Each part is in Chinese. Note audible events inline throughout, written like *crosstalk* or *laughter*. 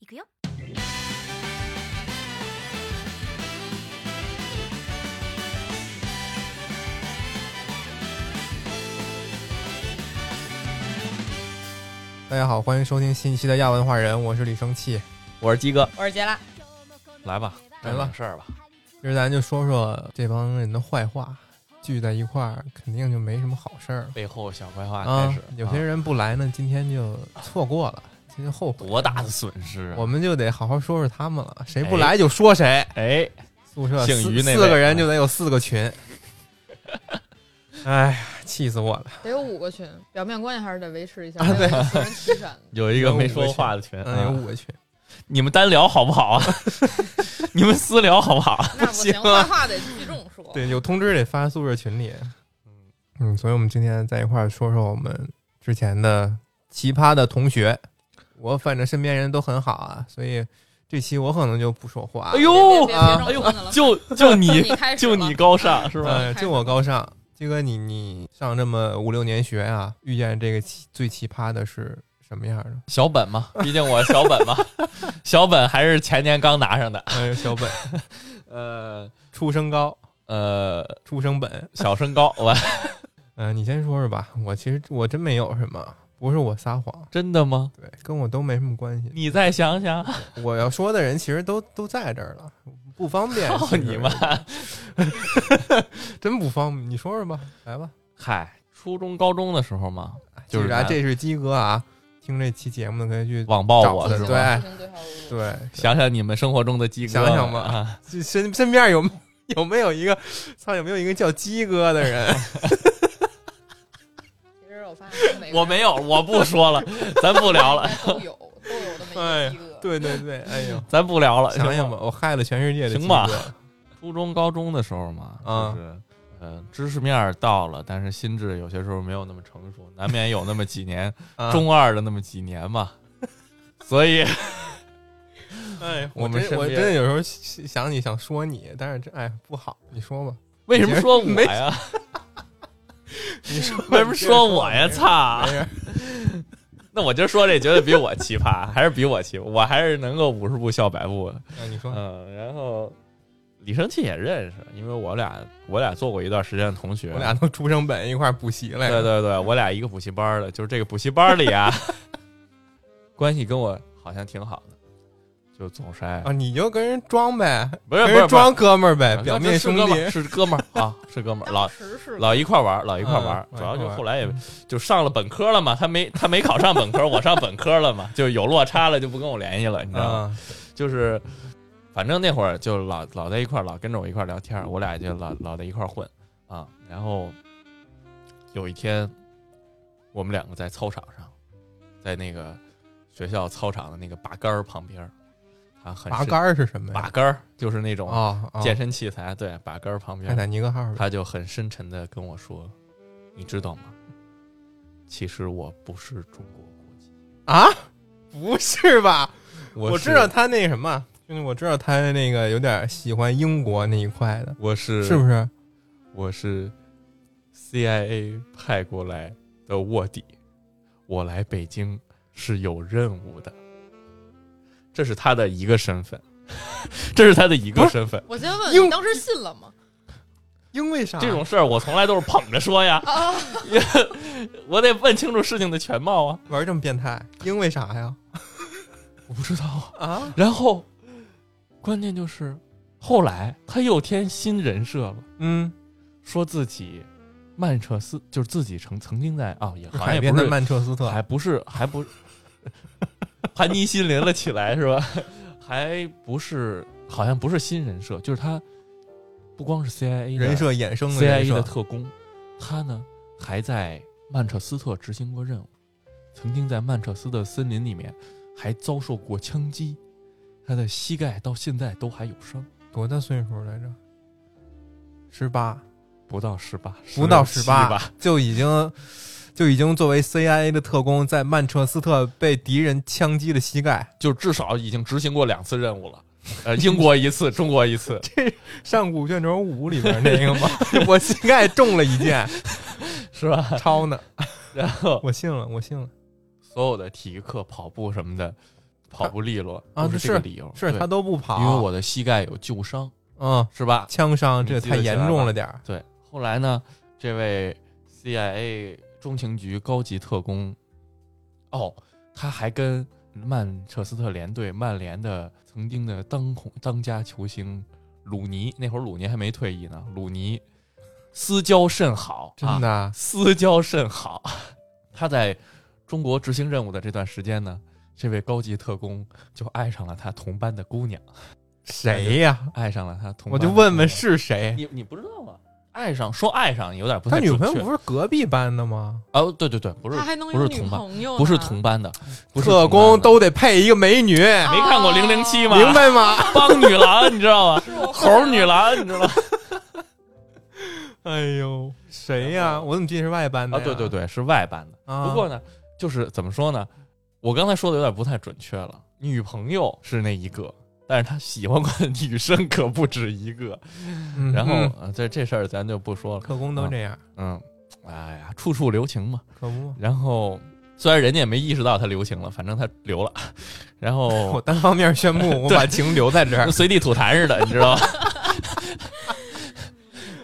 いくよ大家好，欢迎收听新一期的亚文化人，我是李生气。我是鸡哥，我是杰拉，来吧，来吧有事儿吧。今儿咱就说说呃这帮人的坏话，聚在一块儿肯定就没什么好事儿背后小坏话开啊始，。有些啊人不来呢，今天就错过了，今天就后悔。多大的损失啊！我们就得好好说说他们了，谁不来就说谁。哎，宿舍姓四于那位啊四个人就得有四个群， *laughs* 哎呀，气死我了！啊得有五个群，表面关系还是得维持一下，啊没有对几人提审。有一个没说话的群，嗯，有啊五个群，你们单聊好不好啊？ *laughs* 你们私聊好不好？ *laughs* 那不行行，啊坏话得聚众说。对，有通知得发宿舍群里。嗯，所以我们今天在一块儿说说我们之前的奇葩的同学。我反正身边人都很好啊，所以这期我可能就不说话。哎别呦，别啊哎别别呦众说的了，就就 *laughs* 你你，开始就吧你高尚是吧？呃，就我高尚。这个你你上这么五六年学啊，遇见这个奇最奇葩的是什么样的？小本嘛，毕竟我小 *laughs* 本嘛，小本还是前年刚拿上的。哎呦，小本呃出生 *laughs* 高，呃，出生本。小身高，我嗯、你先说说吧。我其实我真没有什么，不是我撒谎， *laughs* 真的吗？哎对，跟我都没什么关系。你再想想， *laughs* 我要说的人其实都都在这儿了，不方便。 *laughs* 操其实哦你妈！真不方便，你说说吧，来吧。嗨，初中高中的时候嘛，就是既然咱这是鸡哥啊，听这期节目的可以去网暴我找是自己吧？对事情对号入座。 *laughs* 对想想你们生活中的鸡哥，想想吧啊这身身边有有没有一个操有没有一个叫鸡哥的 *laughs* 人？ *laughs* 其实我发现每个 *laughs* 人我没啊有，我不说 *laughs* 了，咱不聊了，都有都有那哎么一个。对对对，哎 *laughs* 呦，咱不聊了，想想吧。吧，我害了全世界的鸡行哥吧。初中、高中的时候嘛，啊就是呃，知识面儿到了，但是心智有些时候没有那么成熟，难免有那么几年啊中二的那么几年 *laughs* 嘛。所以，哎， *laughs* 我我们真身我边真的有时候想你想说你，但是这哎不好，你说 *laughs* 吧，为什么说我没呀？ *laughs* 你说吧为 *laughs* 什么你接着说我呀？没事操没！事 *laughs* 那我就说这绝对比我奇葩，还是比我奇葩，我还是能够五十步笑百步的。哎你说嗯，然后李生气也认识，因为我俩我俩做过一段时间的同学， *laughs* 我俩都出生本一块儿补习来着，对对对，我俩一个补习班儿的，就是这个补习班儿里 *laughs* 啊，关系跟我好像挺好的，就总是爱啊，你就跟人装呗， *laughs* 不是跟不是人装哥们儿不呗，是表面是兄哥们弟儿，是哥们儿啊，是哥们儿， *laughs* 老当时是老一块儿玩儿，老一块儿嗯玩儿，主要就老一块儿玩是儿后来也就上了本科了嘛，他没他没考上本科，我上本科了嘛，就有落差了，就不跟我联系了，你知道吗？啊，就是反正那会儿就老老在一块儿，老跟着我一块儿聊天儿，我俩就老老在一块儿混啊。然后有一天，我们两个在操场上，在那个学校操场的那个拔杆儿旁边儿，他很拔深杆儿是什么拔呀？杆儿就是那种啊，啊健身器材，对，拔杆儿旁边泰儿，坦尼克号呗，他就很深沉的跟我说：“你知道吗？其实我不是中国国籍，啊，不是吧？我是知道他那什么，就是我知道他那个有点喜欢英国那一块的，我是是不是？我是 CIA 派过来的卧底，我来北京是有任务的。这是他的一个身份， *laughs* 这是他的一个身份。我先问英你当时信了吗？因为啥这种事儿我从来都是捧着说 *laughs* 呀，啊，我得问清楚事情的全貌啊。玩这么变态，因为啥呀？我不知道啊。啊，然后，关键就是后来他又添新人设了，嗯，说自己曼彻斯就是自己曾曾经在啊、也好像海也边不的是曼彻斯特，还不是还不 *laughs* 盘尼西林了起来是吧？ *laughs* 还不是好像不是新人设，就是他不光是 CIA 的人设衍生的人 CIA E 的设，特工，他呢还在曼彻斯特执行过任务，曾经在曼彻斯特森林里面还遭受过枪击，他的膝盖到现在都还有伤，多大岁数来着？十八，不到十八，不到十十八吧，就已经。就已经作为 CIA 的特工，在曼彻斯特被敌人枪击了膝盖，就至少已经执行过两次任务了， *laughs* 呃，英国一次，中国一次， *laughs* 上古卷轴五里边那个吗？我膝盖中了一 *laughs* 箭，是吧？超呢。然后我信了，我信了。所有的体育课、跑步什么的，跑步利落啊不是这个理由，是对他都不跑，因为我的膝盖有旧伤，嗯是吧？枪伤你这记太得起严来重吧了点儿，对，后来呢，这位 CIA 中情局高级特工，哦，他还跟曼彻斯特联队曼联的曾经的当红当家球星鲁尼，那会儿鲁尼还没退役呢，鲁尼私交甚好，真啊、的啊私交甚好。 *laughs* 他在中国执行任务的这段时间呢，这位高级特工就爱上了他同班的姑娘，谁呀？爱上了他同我班就的问问姑娘是谁？你你不知道啊？爱上说爱上有点不他太女准朋友确不是隔壁班的吗？哦，对对对，不是他还能不是有女同班，朋友呢？不是同班的，不是特同班工的啊都得配一个美女，没看过哦007吗明白吗？帮女郎，你知 *laughs* 道吗？是我后来猴女郎，你知道 *laughs* 吗？哎呦，谁呀？我怎么记得是外班的啊，呀？对对对，是外班的。啊，不过呢，就是怎么说呢，我刚才说的有点不太准确了。女朋友是那一个，但是他喜欢过的女生可不止一个。嗯，然后嗯呃这这事儿咱就不说了。特工都这样，嗯，哎呀，处处留情嘛。可不，然后虽然人家也没意识到他留情了，反正他留了。然后 *laughs* 我单方面宣布 *laughs* 我哦对把情留在这儿 *laughs* 跟，随地吐痰似的，你知道吗？ *laughs*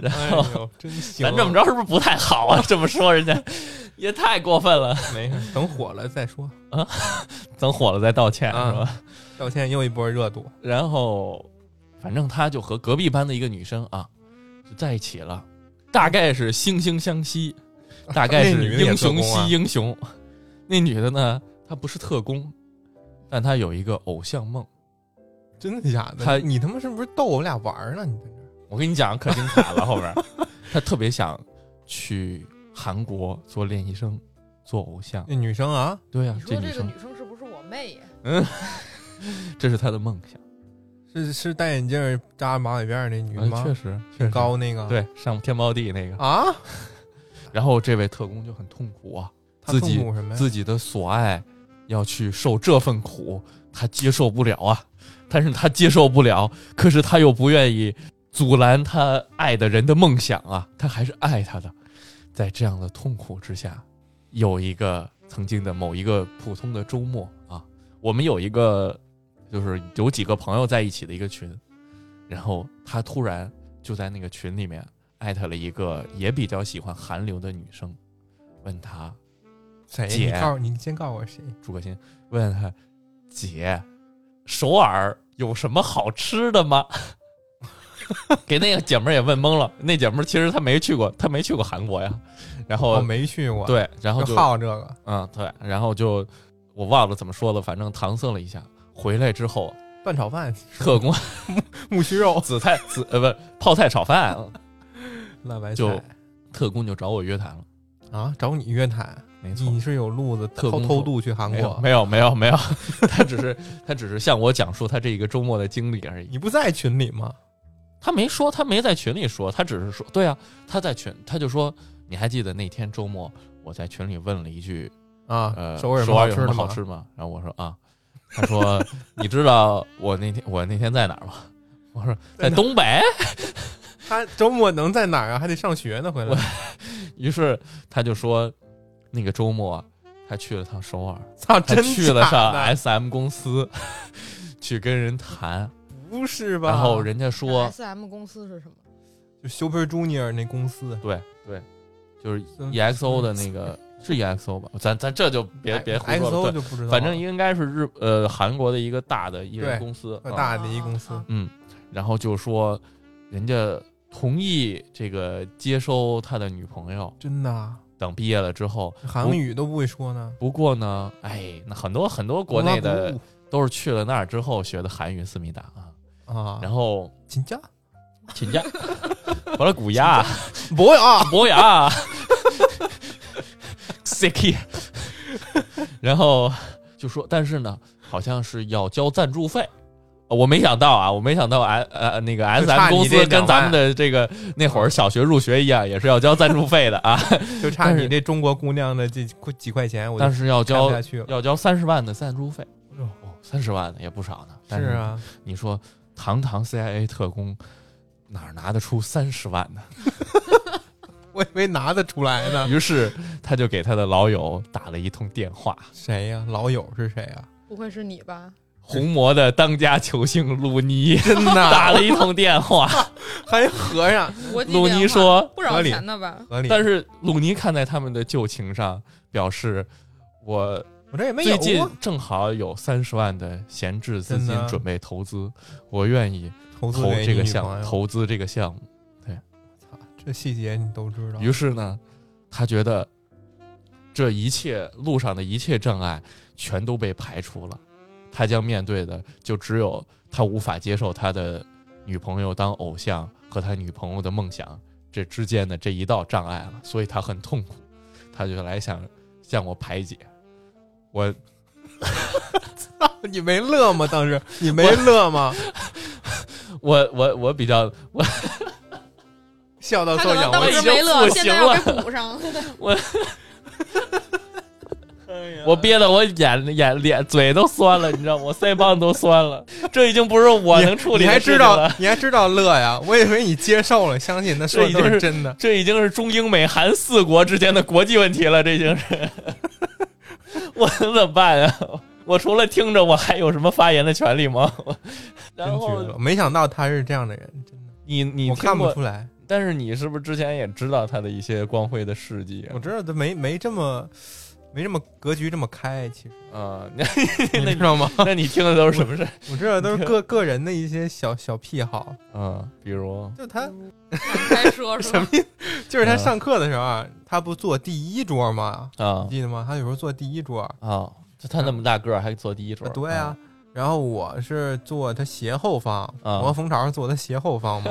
然哎后呦， *laughs* 真行，咱这么着是不是不太好啊？这么说人家也太过分了。 *laughs* 没事，等火了再说。等火了再道歉啊是吧？道歉又一波热度，然后反正他就和隔壁班的一个女生啊就在一起了，大概是惺惺相 *laughs* 惜，大概那女是的也英特雄工啊惜英雄。那女的呢，她不是特工，但她有一个偶像梦。真的假的？他你他妈是不是逗我俩玩儿呢？你在这儿我跟你讲，可精彩了，后边儿 *laughs* 他特别想去韩国做练习生，做偶像。那女生啊，对呀、你说这女这个生女生是不是我妹呀？这是他的梦想。是是戴眼镜儿扎马尾辫儿那女的嗯，吗？确实，确挺实高那个。对，上天猫地那个。啊，然后这位特工就很痛苦啊，她自己痛苦什么呀？自己的所爱要去受这份苦，他接受不了啊。 *laughs* 但是他接受不了，可是他又不愿意阻拦他爱的人的梦想啊，他还是爱他的。在这样的痛苦之下，有一个曾经的某一个普通的周末啊，我们有一个就是有几个朋友在一起的一个群，然后他突然就在那个群里面艾特了一个也比较喜欢韩流的女生，问他谁？姐你告诉你先告诉我谁？诸葛新问他姐，首尔有什么好吃的吗？ *laughs* 给那个姐们儿也问懵了。那姐们儿其实她没去过，她没去过韩国呀。然后、我哦没去过，，哦对，然后就就好这个，嗯对，然后就我忘了怎么说了，反正搪塞了一下。回来之后，蛋炒饭、特工、木须肉紫菜紫呃不泡菜炒饭，辣白就菜特工就找我约谈了。啊，找你约谈，没错，你是有路子特偷工偷说渡去韩没有国？没有没有没有， *laughs* 他只是他只是向我讲述他这一个周末的经历而已。你不在群里吗？他没说，他没在群里说，他只是说，对啊，他在群，他就说，你还记得那天周末我在群里问了一句，啊，呃，首首尔尔有什么吃的有什么吗好？吃吗？然后我说啊，他说你知道我那天我那天在哪儿吗？我说在在哪儿东北。他周末能在哪儿啊？还得上学呢，回来我于是他就说，那个周末他去了趟首尔，操，他真去了假上的 S M 公司 *laughs* 去跟人谈，不是吧？然后人家说， S M 公司是什么？就 Super Junior 那公司，对对，就是嗯 EXO 的那个是 EXO 吧？咱咱这就哎别别胡说 XO 了，对，E 就不知道了，反正应该是日呃韩国的一个大的艺人公司，特啊呃大的一公司啊啊啊嗯，然后就说人家同意这个接收他的女朋友，真的啊等毕业了之后，韩语都不会说呢。不过呢，哎，那很多很多国内的都是去了那儿之后学的韩语思密达啊，啊，然后后请假请假， *laughs* 完了古亚 *laughs* 不会啊，博雅，sicky，然后就说，但是呢，好像是要交赞助费。呃我没想到啊，我没想到 S 呃那个就 S 差 M 你这啊公司两万跟咱们的这个那会儿小学入学一样，也是要交赞助费的啊， *laughs* 就差你这中国姑娘的这几块钱，我就但是要看不交下去了。哎要交三十万的赞助费，哦，三十万的也不少呢。但是啊，你说堂堂 CIA 特工哪儿拿得出三十万呢？我以为拿得出来呢。于是他就给他的老友打了一通电话，谁呀？老友是谁呀？啊不会是你吧？红魔的当家球星 *laughs* 鲁尼 *laughs* 真打的啊了一通 *laughs* 电话，还和尚国际鲁电尼话说，不少合理钱的吧？合理，但是是鲁尼看在他们的旧情上，表示我我这也没有最近啊正好有三十万的闲置资真金的啊准备投资，我愿意投资投给这个你女项朋目，友投资这个项目。操这细节你都知道，于是呢，他觉得这一切路上的一切障碍全都被排除了，他将面对的就只有他无法接受他的女朋友当偶像和他女朋友的梦想这之间的这一道障碍了，所以他很痛苦，他就来想向我排解。我你没乐吗？当时你没乐吗？我我我比较我笑到他受可痒能我当已时窝经没乐，不现行在要了给补上。 *laughs* 啊我憋得我眼眼脸嘴都酸了，你知道吗？我腮帮都酸了，这已经不是我能处理你的还事情知了道。你还知道乐呀？我以为你接受了，相信那说的都这已经是真的。这已经是中英美韩四国之间的国际问题了，这已经是， *laughs* 我能怎么办呀、我除了听着，我还有什么发言的权利吗？*laughs* 然真绝后了，没想到他是这样的人，真的，你你我听看不过，出来。但是你是不是之前也知道他的一些光辉的事迹啊我？知道他没没这么没这么格局这么开，其实啊， *laughs* 那你知道 *laughs* 吗？那你听的都是什 *laughs* 么事？我知道都是个个人的一些小小癖好，嗯，比如就他开说是什吧么？就是他嗯上课的时候啊，他不坐第一桌吗？啊你记得吗？他有时候坐第一桌，啊，就他那么大个儿还坐第一桌啊，对啊。然后我是坐他斜后方，嗯啊我和冯朝是坐他斜后方 *laughs* 嘛。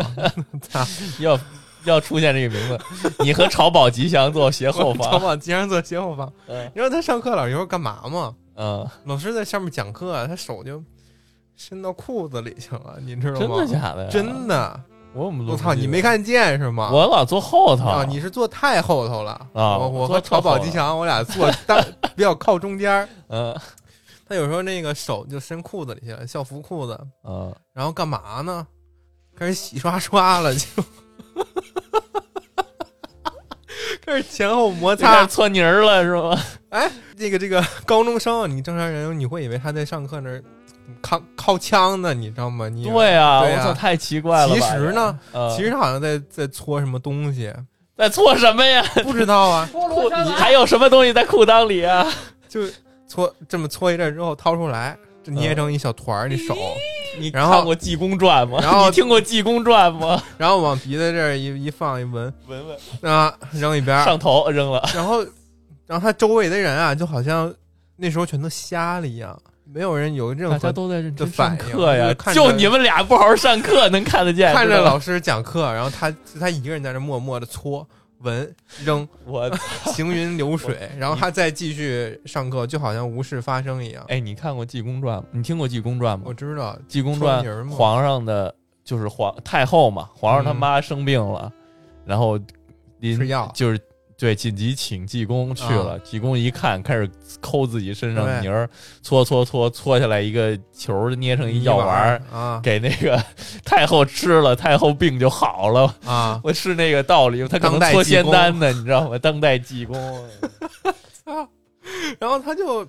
操要要出现这个 *laughs* 名字，你和朝宝吉祥坐斜后朝方，宝竟然坐斜后方。嗯你知道他上课老师有时候干嘛吗？嗯，老师在上面讲课，啊他手就伸到裤子里去了，你知道真吗？的假的呀？真的，我怎么录我不操，进你没看见是吗？我老坐后头啊，你是坐太后头了啊我我坐和特朝后宝头吉祥，我俩 *laughs* 坐当比较靠中间儿。嗯他有时候那个手就伸裤子里去了，校服裤子，嗯，然后干嘛呢？开始洗刷刷了，就 *laughs* 开始前后摩开始擦。搓泥儿了是吗？哎，这个这 *laughs* 个高中生，你正常人你会以为他在上课那儿扛靠枪呢，你知道吗？你以为 *laughs* 对啊，对我啊操，太奇怪了吧。其实呢这，嗯其实他好像在在搓什么东西，在搓什么呀？不知道啊，菠裤萝山还有什么东西在裤裆里啊？就搓这么搓一阵之后掏出来，就嗯捏成一小团儿，那手，你然后看过《济公传》吗？然后你听过《济公传》吗？然后往鼻子这儿一一放一闻闻闻啊，扔一边儿，上头扔了，然后然后他周围的人啊，就好像那时候全都瞎了一样，没有人有任大何家都在认的真反上应课就呀是，看着啊就你们俩不好好上课，能看得见？看哎知着道吗，老师讲课，然后他就他一个人在那默默的搓。闻 *laughs* 扔我 *laughs* 行云流水，然后他再继续上课，就好像无事发生一样。哎，你看过《济公传》吗？你听过《济公传》吗我？知道《济公说传名儿》吗皇上的就是皇太后嘛，皇上他嗯妈生病了，然后临吃药就是对紧急请济公去了，济公一看开始抠自己身上的啊对泥儿，搓搓搓搓下来一个球儿，捏成一药丸儿。泥啊 *laughs* 给那个太后吃了，太后病就好了。 *laughs* 啊！我是那个道理，他可当能代搓济仙公丹呢，你知道吗？当代济公，操！然后他就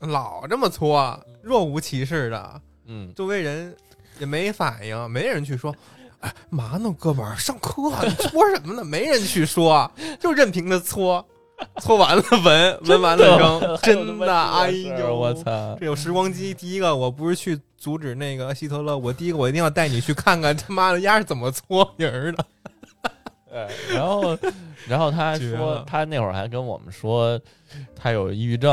老这么搓，若无其事的，嗯，周围人也没反应，没人去说。哎，嘛呢，哥们儿，上课啊你搓什么 *laughs* 呢？没人去说，就任凭他搓，搓完了 *laughs* 闻，闻完了扔，还有那 *laughs* 真么的，哎这个事儿呦，我！操！这有时光机，第一个我不是去阻止那个希特勒，我第一个我一定要带你去看看他妈的丫是怎么搓泥儿的。哎然后，然后他还绝说了，他那会儿还跟我们说，他有抑郁症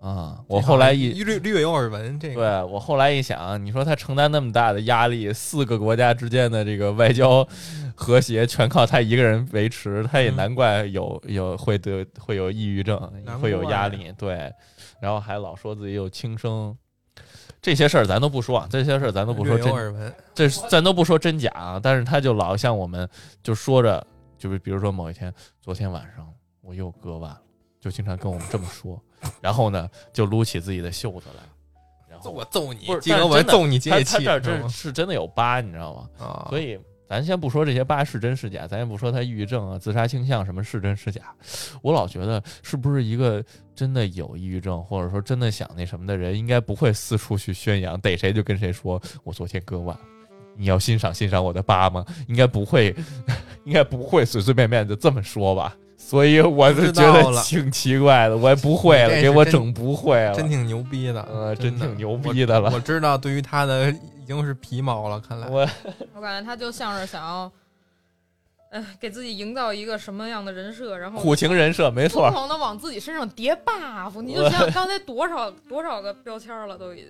啊、 *laughs* 我后啊来一略略有耳闻，这个对我啊后来一想，你说他承担那么大的压力，四个国家之间的这个外交和谐全靠他一个人维持，他也嗯难怪有有会得会有抑郁症难，会有怪压呀力。对，然后还老说自己有轻生。这些事儿咱都不说啊，这些事儿咱都不说，略真有耳闻。这是咱都不说真假啊，但是他就老向我们就说着，就是比如说某一天，昨天晚上我又割腕了，就经常跟我们这么说，然后呢就撸起自己的袖子来，然后我揍你不是，金但额是我真的揍你接他也他气，这儿知道真吗是是真的有疤，你知道吗？啊，所以咱先不说这些疤是真是假，咱也不说他抑郁症啊、自杀倾向什么是真是假，我老觉得是不是一个真的有抑郁症，或者说真的想那什么的人，应该不会四处去宣扬，逮谁就跟谁说我昨天割腕，你要欣赏欣赏我的疤吗？应该不会， *laughs* 应该不会随随便便就这么说吧。所以我就觉不知道得了 *laughs* 挺奇怪的，我也不会你这了，是给我真整不会了，真挺牛逼的，呃，真真的挺牛逼的我。了。我知道，对于他的已经是皮毛了，看来我我感觉他就像是想要，哎，给自己营造一个什么样的人设，然后苦情人设没疯错，狂的往自己身上叠 buff。你就想想刚才多少多少个标签了，都已经。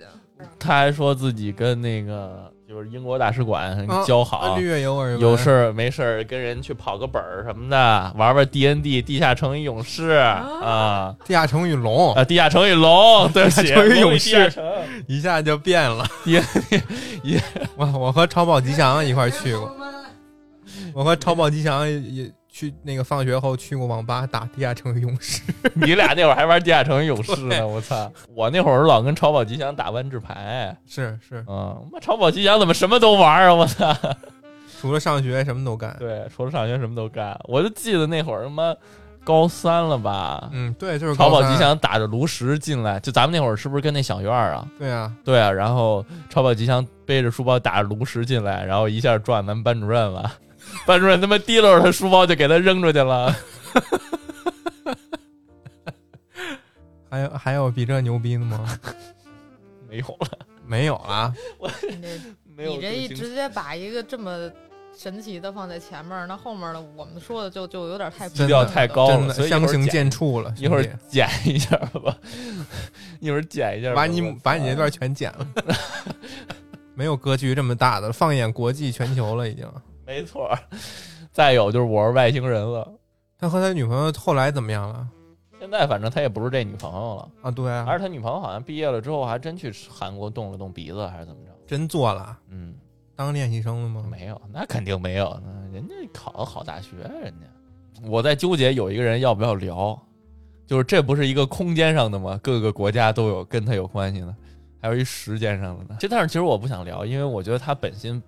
他还说自己跟那个就是英国大使馆啊交好，略有耳闻，有事儿没事儿跟人去跑个本儿什么的，玩玩 D N D 地下城与勇士啊啊地下城与龙啊，地下城与龙，对不哦起，地下城与勇士地下城一下就变了也。也 *laughs* 我我和超跑吉祥一块儿去 *laughs* 过，我和超跑吉祥也也去那个放学后去过网吧打地下城与勇 *laughs* 士，你俩那会儿还玩地下城与勇士呢，我操！我那会儿老跟超宝吉祥打弯智牌，是是，嗯，妈超宝吉祥怎么什么都玩啊，我操！ *laughs* 除了上学什么都干。对，除了上学什么都干。我就记得那会儿他妈高三了吧，嗯，对，就是超高宝三吉，祥打着炉石进来，就咱们那会儿是不是跟那小院儿啊？对啊，对啊，然后超宝吉祥背着书包打着炉石进来，然后一下撞咱们班主任了， *laughs* 班主任他妈提溜着他书包就给他扔出去了。 *laughs* 还有还有比这牛逼的吗？ *laughs* 没有了，没有啊啦，你这没有你这更一新直接把一个这么神奇的放在前面儿，那后面儿的我们说的就就有点太真的基调太高真了，的所以一会相儿形剪见绌了。一会儿兄弟剪一下吧， *laughs* 一会儿剪一下吧，把你我操把你那段全剪 *laughs* 了，没有格局这么大的，放眼国际全球了已经。没错儿。再有就是我是外星人了，他和他女朋友后来怎么样了？现在反正他也不是这女朋友了。啊，对啊而，他女朋友好像毕业了之后，还真去韩国动了动鼻子，还是怎么着？真做了，嗯，当练习生了吗？没有，那肯定没有。那人家考个好大学，啊人家我在纠结有一个人要不要聊，就是这不是一个空间上的吗？各个国家都有跟他有关系的，还有一时间上的呢。这但是其实我不想聊，因为我觉得他本心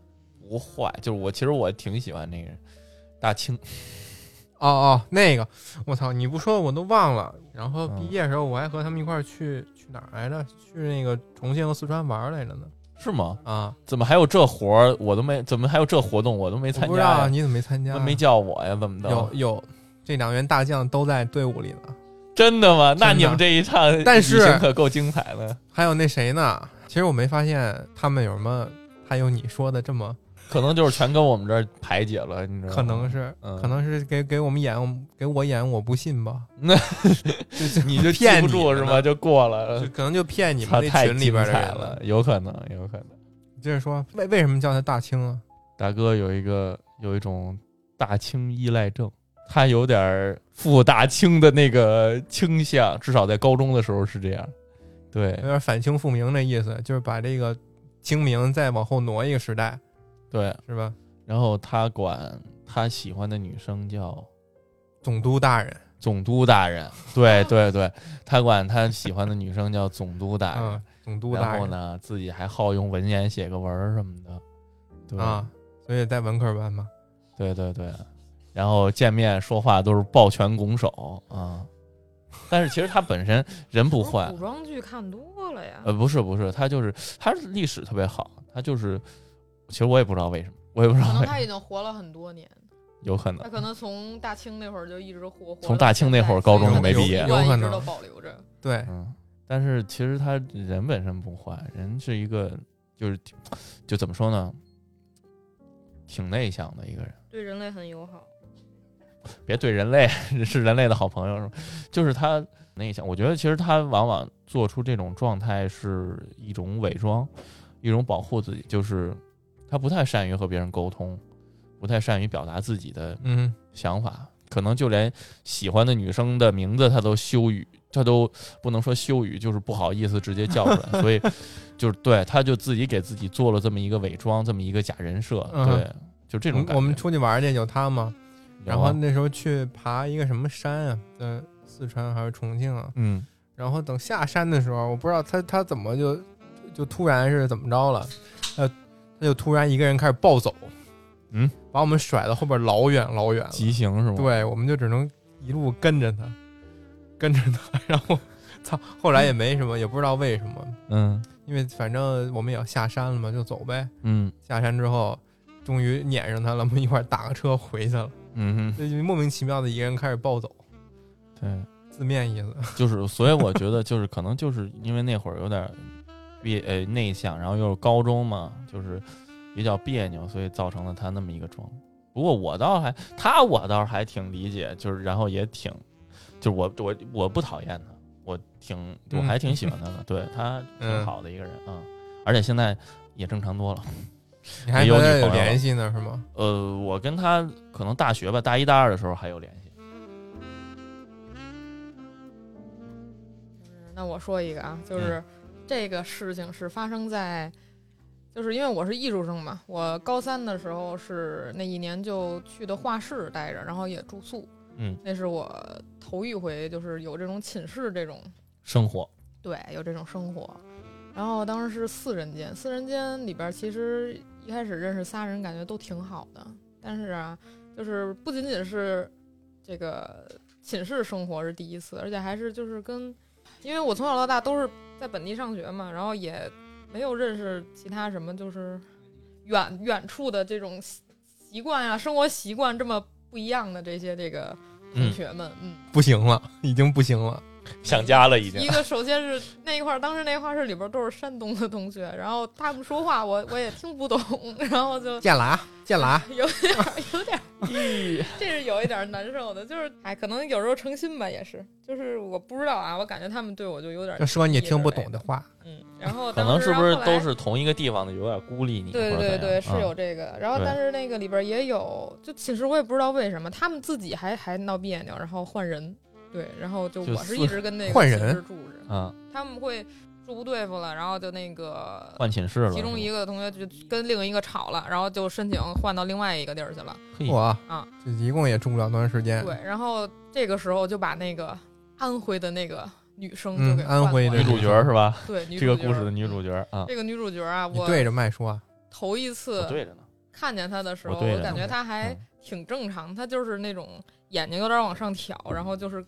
不坏，就是我其实我挺喜欢那个人，大清。哦哦，那个，我操，你不说我都忘了。然后嗯毕业的时候，我还和他们一块儿去去哪儿来着？去那个重庆和四川玩儿来着呢。是吗？啊，怎么还有这活儿？我都没，怎么还有这活动？我都没我参不加知道呀，你怎么没参加那啊，没叫我呀？怎么的？有有，这两员大将都在队伍里呢。真的吗？真那的你们这一趟，但是可够精彩的，还有那谁呢？其实我没发现他们有什么，还有你说的这么，可能就是全跟我们这儿排解了，你知道吗？可能是，嗯可能是给给我们演，我们给我演，我不信吧？ *laughs* 你就记骗不你住了是呢吗？ *laughs* 就过了 *laughs* 就，可能就骗你操们那太群里边精的彩人了，。有可能，有可能。你接着说，为为什么叫他大清啊？大哥有一个有一种大清依赖症，他有点儿富大清的那个倾向，至少在高中的时候是这样。对有点反清复明的意思，就是把这个清明再往后挪一个时代，对，是吧？然后他管他喜欢的女生叫总督大人，总督大 *laughs* 人，对对对，他管他喜欢的女生叫总督大人。嗯，总督大哎然后人呢，自己还好用文言写个文儿什么的，对、啊，嗯所以在文科班嘛，对对对，然后见面说话都是抱拳拱手啊、但是其实他本身人不坏古，装剧看多了呀呃，，不是不是，他就是他历史特别好，他就是，其实我也不知道为什么，我也不知可道能为他已经活了很多年，有可他能可能从大清那会儿就一直活，活从大清那会儿高中就没毕业有有可一能直都保留着。对，嗯，但是其实他人本身不坏，人是一个就是挺就怎么说呢，挺内向的一个人。对人类很友好。别对人类 *laughs* 是人类的好朋友，是吧就是他内向。我觉得其实他往往做出这种状态是一种伪装，一种保护自己，就是他不太善于和别人沟通，不太善于表达自己的嗯，想法，可能就连喜欢的女生的名字他都羞于，他都不能说羞于，就是不好意思直接叫出来，所 *laughs* 以就是对，他就自己给自己做了这么一个伪装，这么一个假人设，嗯对，就这种感觉。我们出去玩去有他嘛，然有后啊那时候去爬一个什么山啊，在四川还是重庆啊，嗯，然后等下山的时候，我不知道他他怎么就就突然是怎么着了，呃，他就突然一个人开始暴走，嗯，把我们甩到后边老远老远了。极刑是吗？，呃对，我们就只能一路跟着他，跟着他， *laughs* 然后操，后来也没什么，也不知道为什么，嗯因为反正我们也要下山了嘛，就走呗。嗯下山之后，终于撵上他了，我们一块儿打个车回去了。嗯就莫名其妙的一个人开始暴走，哼，字面意思。对， *laughs* 就是，所以我觉得就是可能就是因为那会儿有点别呃内向，然后又是高中嘛，就是比较别扭，所以造成了他那么一个状况。不过我倒还他我倒是还挺理解，就是然后也挺，就是我我我不讨厌他，我挺我还挺喜欢他的，对他挺嗯好的一个人啊、嗯而且现在也正常多了。你还有跟他女有朋友联系呢是吗？呃，我跟他可能大学吧，大一大二的时候还有联系。嗯那我说一个啊，就是、这个事情是发生在，就是因为我是艺术生嘛，我高三的时候是那一年就去的画室待着，然后也住宿，嗯，那是我头一回就是有这种寝室这种生活，对，有这种生活。然后当时是四人间，四人间里边儿其实一开始认识仨人，感觉都挺好的。但是啊，就是不仅仅是这个寝室生活是第一次，而且还是就是跟，因为我从小到大都是在本地上学嘛，然后也没有认识其他什么就是远远处的这种习习惯啊、生活习惯这么不一样的这些这个同嗯，学们，嗯不行了，已经不行了。想家了已经 *laughs* 一。个首先是那一块儿，当时那画室里边儿都是山东的同学，然后他们说话我我也听不懂， *laughs* 然后就见了啊，见了啊！ *laughs* 有点儿有点儿，这是有一点儿难受的，就是哎，可能有时候诚心吧，也是，就是我不知道啊，我感觉他们对我就嗯有点就儿，说你听不懂的话，嗯，然后可当能是时不然是后后来都是同一个地方的，有点孤立你？对或者对怎对，样嗯是有。这个。然后，对但是那个里边也有，就寝室我也不知道为什么，他们自己还还闹别扭，然后换人。对，然后就就我是四一直跟那个换寝人室住着，啊，他们会住不对付了，然后就那个换寝室了。其中一个，个同学就跟另一个吵了，然后就申请换到另外一个地儿去了。嘿我啊，这一共也住不了多长时间。对，然后这个时候就把那个安徽的那个女生就嗯给换安徽过的女来主角是吧？了对女这个故事的女主主角角啊嗯，这个女主角啊，你我对着麦说啊，头一次我对着呢。看见她的时候，我对我着感觉呢她还嗯挺正常，她就是那种眼睛有点往上挑，然后就是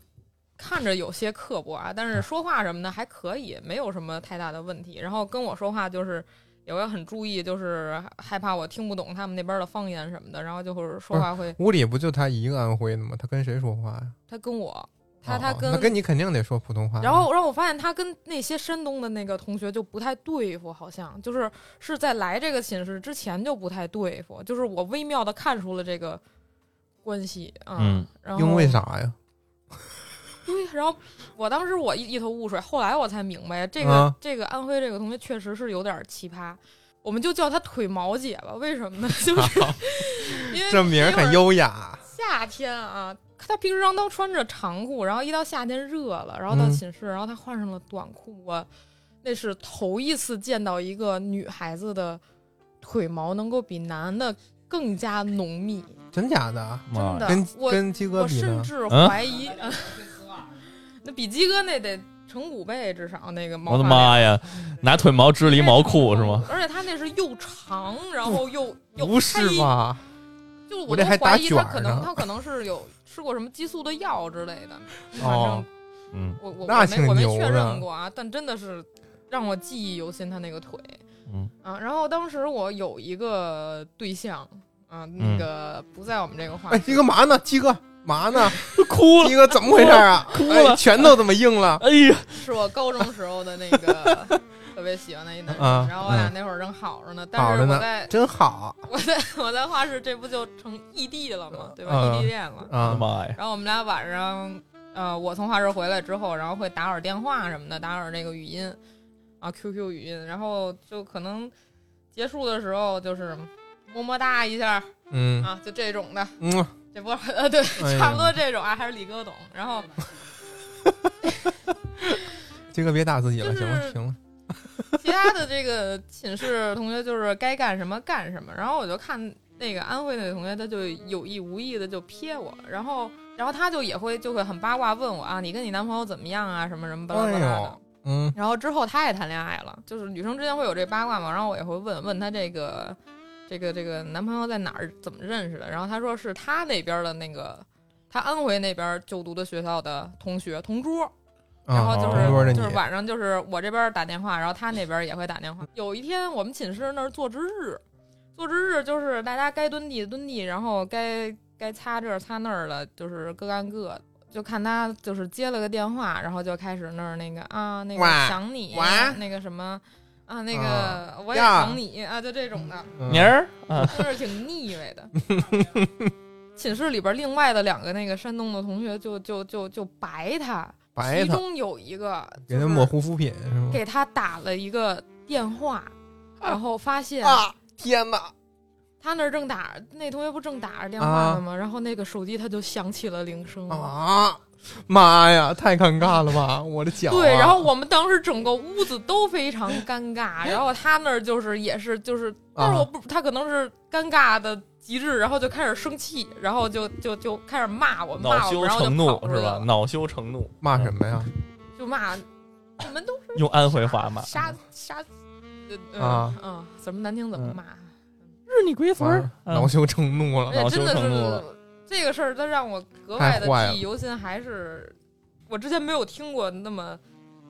看着有些刻薄啊，但是说话什么的还可以，没有什么太大的问题。然后跟我说话就是也会很注意，就是害怕我听不懂他们那边的方言什么的，然后就是说话会，屋里不就他一个安徽的吗？他跟谁说话啊呀？他跟我，他哦他跟那跟你肯定得说普通话。然后，然后我发现他跟那些山东的那个同学就不太对付，好像就是是在来这个寝室之前就不太对付，就是我微妙的看出了这个关系啊。嗯然后因为啥呀？对，然后我当时我一一头雾水，后来我才明白，这个、啊这个安徽这个同学确实是有点奇葩，我们就叫她腿毛姐吧。为什么呢？ *laughs* *laughs* 就是因为这名儿一会儿很优雅。夏天啊，他平常都穿着长裤，然后一到夏天热了，然后到嗯寝室，然后他换上了短裤，我那是头一次见到一个女孩子的腿毛能够比男的更加浓密，真假的？嗯妈真呀，的跟，我跟鸡哥我比甚呢？至嗯怀疑，呃 *laughs* 那比鸡哥那得成五倍至少那个毛我的发妈呀，拿腿毛织了一毛裤是吗？？而且他那是又长，然 *laughs* 后又又不是他一吧？就我我这都还打怀疑卷他儿可能呢他可能是有吃过什么激素的药之类的，反正哦， *laughs* 嗯我我那我挺没我没牛确的认过啊，但真的是让我记忆犹新，他那个腿嗯啊。然后当时我有一个对象啊，那个不在我们这个画哎，室，鸡哥嘛呢？鸡哥嘛呢？哭了。鸡哥怎么回事 *laughs* 啊？哭了哎拳头怎么硬了？哎呀，是我高中时候的那个特别喜欢的一男生。啊然后我俩那会儿正好着呢，好但是着我呢在 *laughs* 真好我在我在画室，这不就成异地了吗？对吧？啊异地恋了。我的啊！妈呀！然后我们俩晚上，呃，我从画室回来之后，然后会打会儿电话什么的，打会儿那个语音，啊，QQ 语音，然后就可能结束的时候就是么么哒一下嗯啊，就这种的，嗯，这不呃对，哎呀 *laughs* 差不多这种啊，还是李哥懂。然后鸡哥别打自己了，就是行了行了，其他的这个寝室同学就是该干什么干什么，然后我就看那个安徽那个同学，他就有意无意的就瞥我，然后然后他就也会就会很八卦问我啊，你跟你男朋友怎么样啊，什么什么巴拉巴拉哎的。呦嗯然后之后她也谈恋爱了，就是女生之间会有这八卦嘛，然后我也会问问她这个这这个这个男朋友在哪儿怎么认识的，然后她说是她那边的那个，她安徽那边就读的学校的同学同桌，啊嗯然后就是、同桌的哦你就是晚上就是我这边打电话，然后他那边也会打电话。有一天我们寝室那儿做值日，做值日就是大家该蹲地蹲地，然后该该擦这儿擦那儿的，就是各干各。就看他就是接了个电话，然后就开始那儿那个啊那个哇想你哇那个什么啊那个啊我也呀想你啊就这 *laughs* 种的。嗯妮儿 *laughs* 啊，就是挺腻歪的。寝室里边另外的两个那个山东的同学就就就就白他，白其他，中有一个给就他是抹护肤品是吗？给他打了一个电话，然后发现啊，天哪！他那儿正打那同学不正打着电话啊呢吗？然后那个手机他就响起了铃声。啊！妈呀，太尴尬了吧！我的脚、啊。对，然后我们当时整个屋子都非常尴尬，然后他那儿就是也是就是，啊但是我不，他可能是尴尬的极致，然后就开始生气，然后就就就开始骂我，恼骂我，羞然后就成怒跑出是去吧？了，恼羞成怒，骂什么呀？就骂你们都用安徽话 *laughs* 骂， *laughs* 杀杀，呃啊嗯，怎么难听怎么嗯骂，日你龟孙完了嗯恼羞成怒了而嗯且真的恼羞成怒了是这个事儿，它让我格外的太坏了记忆犹新，还是我之前没有听过那么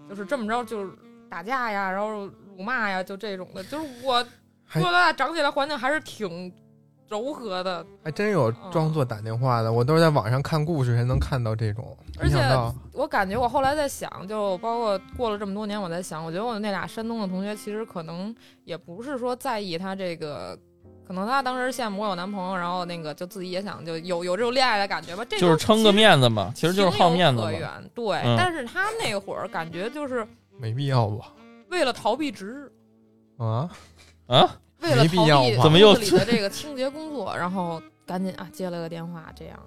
就是这么着就是打架呀，然后辱骂呀，就这种的，就是我还多多大长起来环境还是挺柔和的，还真有嗯装作打电话的，我都是在网上看故事才能看到这种。而且没想到我感觉我后来在想，就包括过了这么多年，我在想，我觉得我那俩山东的同学其实可能也不是说在意他这个，可能他当时羡慕我有男朋友，然后那个就自己也想就有有这种恋爱的感觉吧，这就是撑个面，面子嘛，其实就是好面子嘛情有可。原。对，嗯但是他那会儿感觉就是没必要吧？为了逃避值日，啊，啊，为了没必逃要避吧怎么又屋子里的这个清洁工作，然后赶紧啊接了个电话， *laughs* 这样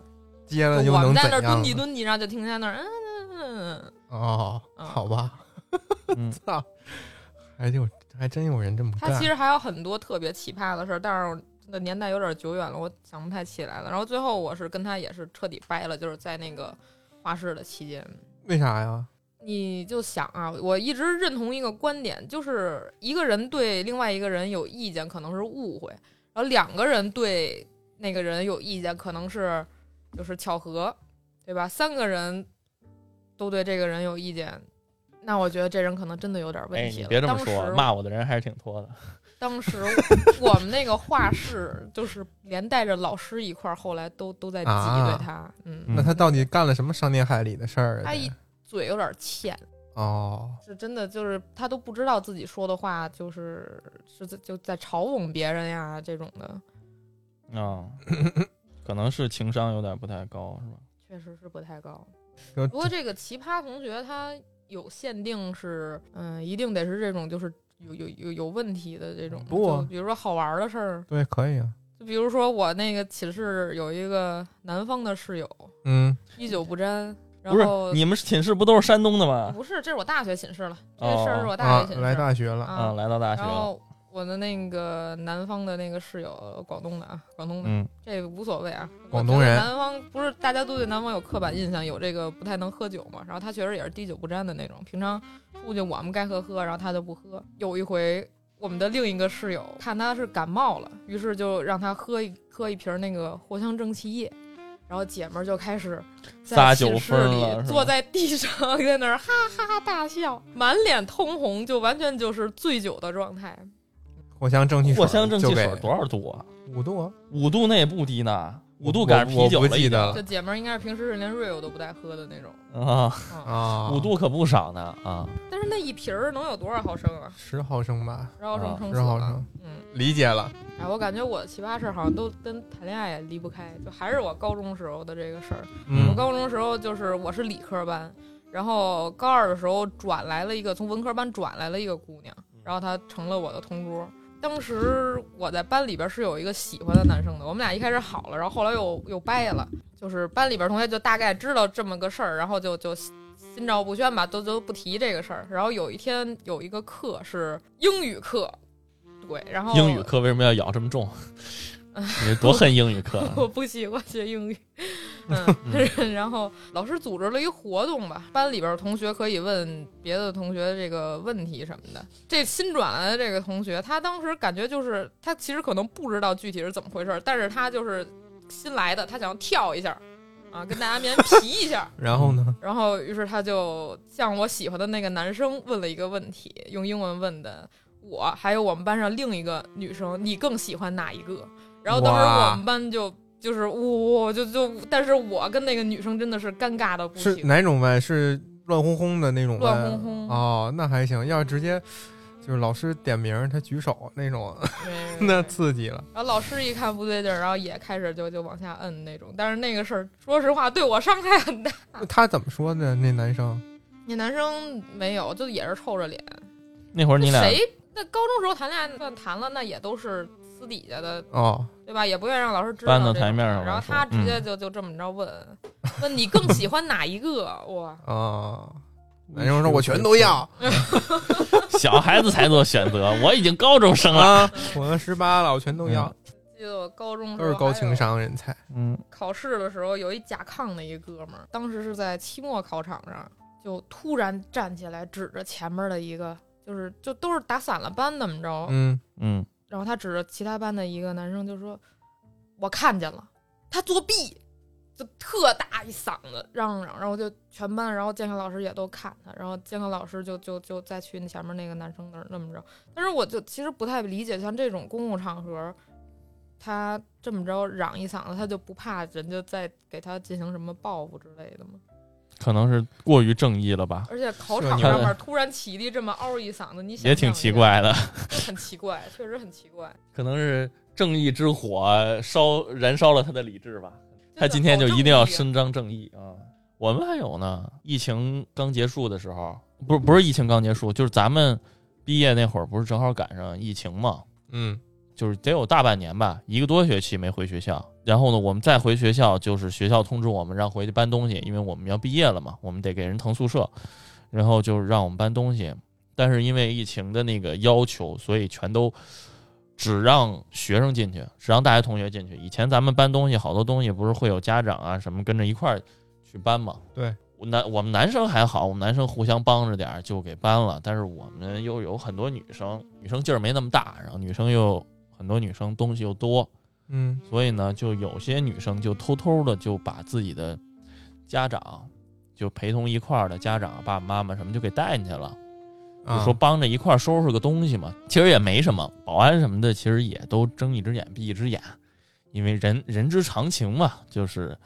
接就了又我能们在怎那儿样蹲地？蹲地，然后就听见那儿嗯嗯嗯嗯，哦，嗯好吧，*laughs* 嗯，操，还有还真有人这么他干其。实还有很多特别奇葩的事儿，但是真的年代有点久远了，我想不太起来了。然后最后我是跟他也是彻底掰了，就是在那个画室的期间。为啥呀？你就想啊，我一直认同一个观点，就是一个人对另外一个人有意见可能是误会，然后两个人对那个人有意见可能是就是巧合，对吧？三个人都对这个人有意见，那我觉得这人可能真的有点问哎，题你了。别这么当说，时骂我的人还是挺多的。当时我们那个画室就是连带着老师一块儿，后来都都在挤啊兑他，嗯，那他到底干了什么伤天害理的事儿啊？他这一嘴有点欠，哦，是真的，就是他都不知道自己说的话就是是在就在嘲讽别人呀这种的，啊，可能是情商有点不太高，是吧？确实是不太高。就不过这个奇葩同学他有限定是，嗯，一定得是这种就是有有有有问题的这种，不啊就比如说好玩儿的事儿，对，可以啊。就比如说我那个寝室有一个南方的室友，嗯，滴酒不沾。然不是后，你们寝室不都是山东的吗？不是，这是我大学寝室了，这哦事儿是我大啊学，寝室。来大学了，啊，啊，来到大学然了，后我的那个南方的那个室友，广东的啊，广东的，嗯，这无所谓啊。广东人我觉得南方不是大家都对南方有刻板印象，有这个不太能喝酒嘛。然后他确实也是滴酒不沾的那种，平常出去我们该喝喝，然后他就不喝。有一回，我们的另一个室友看他是感冒了，于是就让他喝一喝一瓶那个藿香正气液。然后姐们儿就开始撒在酒寝室疯了是吧里坐在地上，在那儿哈哈大笑，满脸通红，就完全就是醉酒的状态。藿香正气水，藿香正气水就给多少度啊？五度啊，五度那也不低呢，五度我赶上我啤酒不了记已经得这姐们儿应该是平时是连 real 都不带喝的那种。啊，嗯，啊，五度可不少呢啊！但是那一瓶儿能有多少毫升啊？十毫升吧，然后啊成撑死十毫了升。，嗯，理解了。。哎，我感觉我的奇葩事儿好像都跟谈恋爱也离不开，就还是我高中时候的这个事儿。嗯我高中时候就是我是理科班，然后高二的时候转来了一个从文科班转来了一个姑娘，然后她成了我的同桌。当时我在班里边是有一个喜欢的男生的，我们俩一开始好了，然后后来又又掰了。就是班里边同学就大概知道这么个事儿，然后就就心照不宣吧，都都不提这个事儿。然后有一天有一个课是英语课，对，然后英语 *laughs* 课为什么要咬这么重？你多恨英语课啊我不喜欢学英语。嗯，然后老师组织了一活动吧，班里边儿同学可以问别的同学这个问题什么的。这新转来的这个同学，他当时感觉就是他其实可能不知道具体是怎么回事儿，但是他就是新来的，他想要跳一下，啊，跟大家面皮一下然后呢？然后，于是他就向我喜欢的那个男生问了一个问题，用英文问的我，还有我们班上另一个女生，你更喜欢哪一个？然后当时哇我们班就就是我、就就，但是我跟那个女生真的是尴尬的不是行。哪种班？是乱哄哄的那种班？乱哄哄哦，那还行。要是直接就是老师点名儿，他举手那种，对 *laughs* 那刺激了。然后老师一看不对劲儿，然后也开始就就往下摁那种。但是那个事儿，说实话对我伤害很大。他怎么说的？那男生那男生没有，就也是臭着脸。那会儿你俩谁？那高中时候谈恋爱算谈了，那也都是私底下的哦，对吧？也不愿意让老师知道搬到这种台面上来然后说他直接就就这么着问，问你更喜欢哪一个？哇，哦，男生说我全都要小孩子才做选择，我已经高中生 *laughs* 了。 *laughs* 啊，我十八了，我全都要，记得我高中时都候是高还有情商人才。嗯，考试的时候，有一甲亢的一哥们儿，当时是在期末考场上，就突然站起来指着前面的一个，就是就都是打散了班怎么着，嗯，嗯，然后他指着其他班的一个男生就说：“我看见了，他作弊。”就特大一嗓子嚷嚷，然后就全班，然后监考老师也都看他，然后监考老师就就就再去前面那个男生那儿那么着。但是我就其实不太理解，像这种公共场合，他这么着嚷一嗓子，他就不怕人家再给他进行什么报复之类的吗？可能是过于正义了吧，而且考是场你上啊看面突然起立这么嗷一嗓子，你想也挺象一奇下，怪的。很奇怪，确实很奇怪。可能是正义之火烧燃烧了他的理智吧。他真的今天好就正一定要义啊伸张正义啊！我们还有呢，疫情刚结束的时候，不是不是疫情刚结束，就是咱们毕业那会儿，不是正好赶上疫情嘛，嗯，就是得有大半年吧，一个多学期没回学校。然后呢，我们再回学校，就是学校通知我们让回去搬东西，因为我们要毕业了嘛，我们得给人腾宿舍，然后就让我们搬东西。但是因为疫情的那个要求，所以全都只让学生进去，只让大学同学进去。以前咱们搬东西，好多东西不是会有家长啊什么跟着一块儿去搬嘛？对，我男我们男生还好，我们男生互相帮着点儿就给搬了，但是我们又有很多女生，女生劲儿没那么大，然后女生又很多女生东西又多，嗯，所以呢，就有些女生就偷偷的就把自己的家长，就陪同一块儿的家长、爸爸妈妈什么就给带进去了，就啊说帮着一块儿收拾个东西嘛。其实也没什么，保安什么的其实也都睁一只眼闭一只眼，因为人人之常情嘛，就是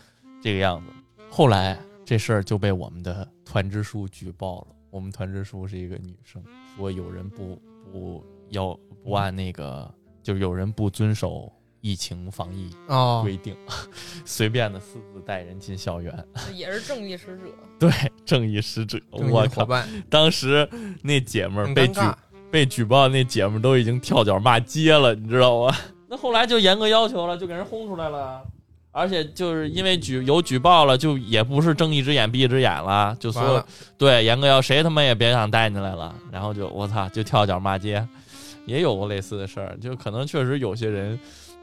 这个样子。后来这事儿就被我们的团支书举报了。我们团支书是一个女生，说有人不不要不按那个，就是有人不遵守疫情防疫哦，规定， *laughs* 随便的私自带人进校园。 *laughs* 也是正义使者。对，正义使者，正义我伙靠！伴，当时那姐们儿很被尴举尬。被举报，那姐们儿都已经跳脚骂街了，你知道吗？ *laughs* 那后来就严格要求了，就给人轰出来了。而且就是因为举有举报了，就也不是睁一只眼闭一只眼了，就所完有了对严格要谁他妈也别想带进来了。然后就我操，就跳脚骂街，也有过类似的事儿。就可能确实有些人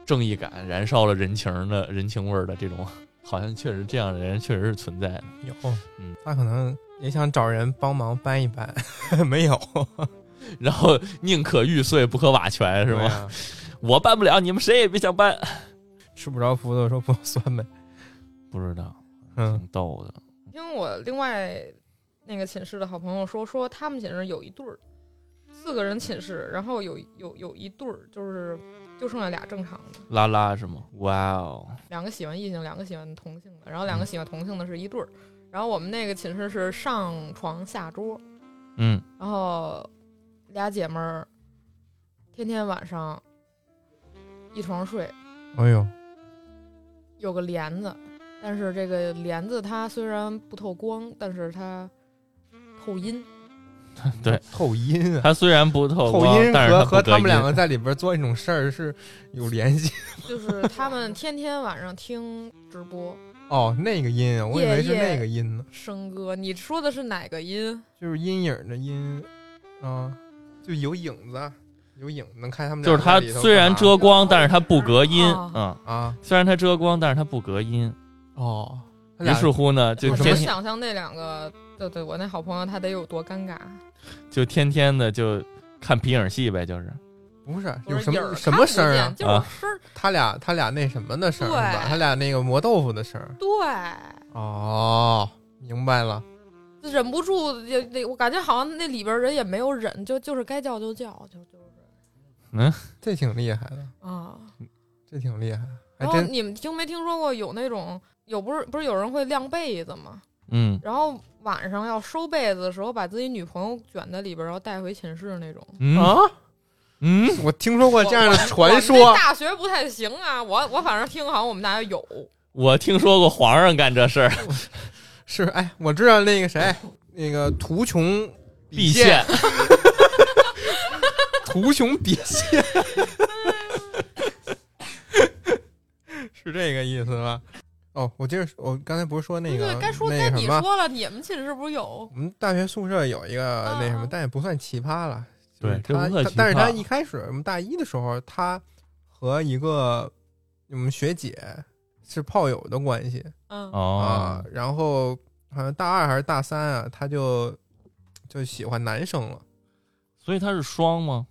正义感燃烧了人情的人情味儿的这种，好像确实这样的人确实是存在的。有，嗯他可能也想找人帮忙搬一搬， *laughs* 没有然后宁可玉碎不可瓦全，是对吗？啊我办不了，你们谁也别想办。 *laughs* 吃不着葡萄说不酸呗。不知道，嗯挺逗的。听我另外那个寝室的好朋友说，说他们寝室有一对儿，四个人寝室，然后有有有一对儿，就是就剩下俩正常的，拉拉是吗？哇哦，两个喜欢异性，两个喜欢同性的，然后两个喜欢同性的是一对儿。然后我们那个寝室是上床下桌，嗯，然后俩姐们儿天天晚上一床睡，哎呦，有个帘子，但是这个帘子它虽然不透光，但是它透阴。对透音 *laughs* 啊，他虽然不透透光，音但是和不和他隔们音两个在里边做那种事儿是有 *laughs* 联系。就是他们天天晚上听直播哦，那个音啊，我以为是夜夜那个音呢，笙歌，你说的是哪个音？就是阴影的阴啊，就有影子，有影能看他们就俩是它在里头虽然遮光，但是它不隔音啊。嗯，干嘛啊虽然它遮光，但是它不隔音。哦，他于俩是乎呢，就我天能天想象那两个，对对，我那好朋友他得有多尴尬。就天天的就看皮影戏呗，就是不是不有是什影儿么什看么不声儿啊见？就是啊声儿，他俩他俩那什么的声儿是吧？对他俩那个磨豆腐的声儿。对，哦，明白了。就忍不住也得，我感觉好像那里边人也没有忍，就就是该叫就叫，就就是这挺厉害的，啊。这挺厉害，还然后真你们听没听说过有那种有不是不是有人会晾被子吗？嗯然后晚上要收被子的时候，把自己女朋友卷在里边，然后带回寝室那种。嗯啊，嗯，我听说过这样的传我们说啊那。大学不太行啊，我我反正听好像我们大学有，我听说过皇上干这事儿，是，哎，我知道那个谁，那个图穷避匑，现，图穷匕 *laughs* 见，是这个意思吧？哦，我接着说，我刚才不是说那个对，该说那该个你什么？说了，你们寝室不是有我们大学宿舍有一个那什么，啊但也不算奇葩了。对就是这不他算他奇但是他葩一开始我们大一的时候，他和一个我们学姐是炮友的关系嗯啊哦，，然后好像大二还是大三啊，他就就喜欢男生了，所以他是双吗？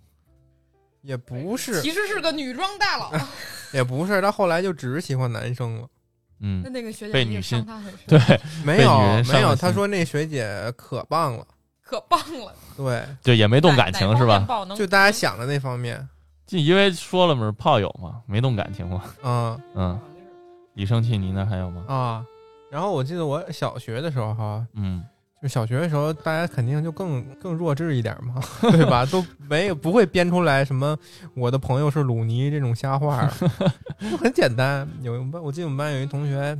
也不是其实是个女装大佬，也不是，他后来就只是喜欢男生了。嗯 *laughs* 那，那个学姐被一直女性伤 *laughs* 他很深，对，没被有女人伤没有，了他心说那学姐可棒了，可棒了，对，就也没动感哪情哪是方面吧？爆能就大家想的那方面，就因为说了嘛，是炮友嘛，没动感情嘛。嗯嗯，李生气，你那还有吗？啊。然后我记得我小学的时候哈，嗯，就小学的时候，大家肯定就更更弱智一点嘛， *laughs* 对吧？都没有不会编出来什么我的朋友是鲁尼这种瞎话儿，就很简单。有一班，我记得我们班有一同学，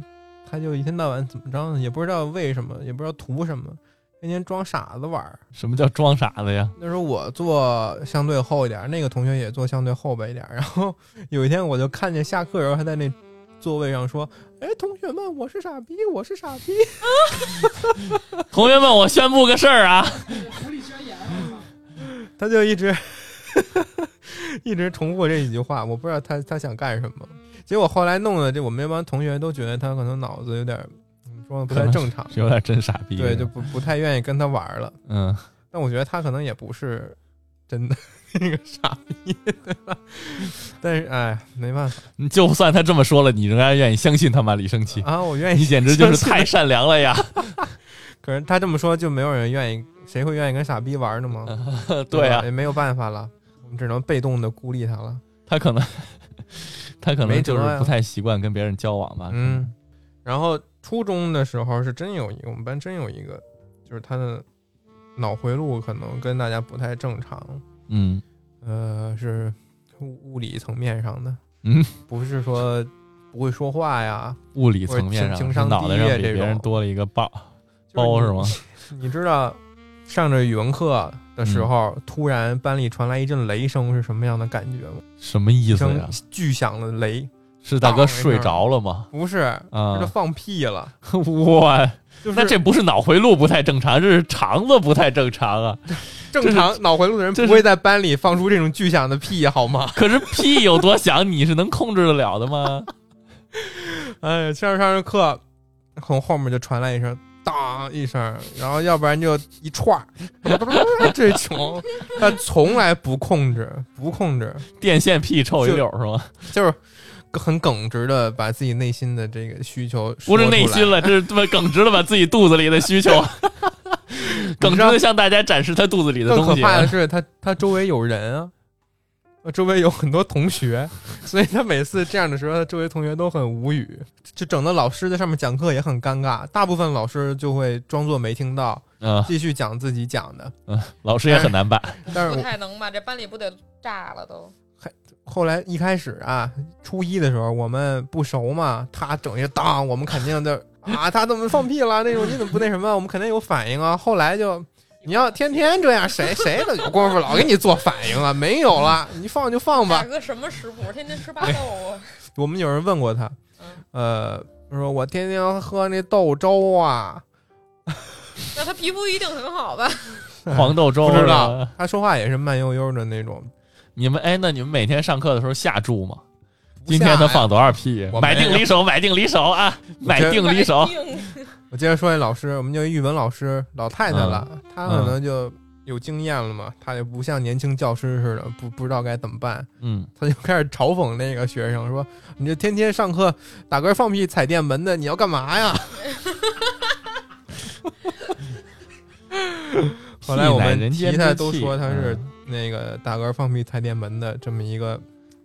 他就一天到晚怎么着呢，也不知道为什么，也不知道图什么，天天装傻子玩儿。什么叫装傻子呀？ *laughs* 那时候我坐相对后一点，那个同学也坐相对后边一点。然后 *laughs* 有一天我就看见下课的时候还在那座位上说：“哎，同学们，我是傻逼，我是傻逼。”同学们，我宣布个事儿啊，，他就一直 *laughs* 一直重复这几句话，我不知道他他想干什么。结果后来弄的这我们那帮同学都觉得他可能脑子有点嗯说的不太正常有点真傻逼。对，就不不太愿意跟他玩了。嗯，但我觉得他可能也不是真的 *laughs* 那个傻逼，对吧？但是哎，没办法。你就算他这么说了，你仍然愿意相信他吗？李生气，啊，我愿你意。简直就是太善良了呀！可是他这么说，就没有人愿意，谁会愿意跟傻逼玩呢吗？ *laughs* 对呀、啊，也没有办法了，我们只能被动的孤立他了。他可能 *laughs* 他可能没辙就呀是不太习惯跟别人交往吧。嗯，然后初中的时候是真有一个，我们班真有一个，就是他的脑回路可能跟大家不太正常，嗯呃，是物物理层面上的，嗯，不是说不会说话呀，物理层面或者上，情情商低啊脑袋上比这别种人多了一个包就包是你吗？？ *laughs* 你知道上着语文课的时候，嗯突然班里传来一阵雷声是什么样的感觉吗？什么意一思呀声？巨响的雷，是大哥睡着了吗？不是，啊 *laughs* 是他放屁了，哇，就是那这不是脑回路不太正常，这是肠子不太正常啊！正常脑回路的人这不是会在班里放出这种巨响的屁好吗？可是屁有多响，你是能控制得了的吗？哎，上着上着课，从后面就传来一声。当一声，然后要不然就一串 *laughs* 儿，这种他从来不控制，不控制，电线屁臭一溜是吗？就是很耿直的把自己内心的这个需求说不是出来内心了，这是他妈耿直的把自己肚子里的需求， *laughs* 耿直的向大家展示他肚子里的更可东西。啊怕的是，他他周围有人啊，呃周围有很多同学，所以他每次这样的时候，他周围同学都很无语，就整的老师在上面讲课也很尴尬。大部分老师就会装作没听到，嗯继续讲自己讲的。嗯，老师也很难办。但是不我太能吧？这班里不得炸了都？后来一开始啊，初一的时候我们不熟嘛，他整一个当，我们肯定 *laughs* 就啊，他怎么放屁了那种，你怎么不那什么？我们肯定有反应啊。后来就。你要天天这样，谁谁都有功夫老给你做反应 *laughs* 了，没有了，你放就放吧大。嗯哥什么食谱？天天吃巴豆 *laughs* 啊？我们有人问过他，嗯，呃，他说我天天喝那豆粥啊，那他皮肤一定很好吧？黄豆粥哎啊不知是道吧，他说话也是慢悠悠的那种，你们哎，那你们每天上课的时候下注吗？不今下呀哎天能放多少屁我？买定没有离手， *laughs* 买定离手啊！买定 *laughs* 离手，我接着说那老师，我们就语文老师老太太嗯了，她可能就有经验了嘛，她也不像年轻教师似的，不不知道该怎么办，嗯，她就开始嘲讽那个学生说：“你这天天上课打嗝放屁踩电门的，你要干嘛呀后来我们屁乃人间提他之都气说他是嗯？”那个打嗝放屁踩电门的这么一个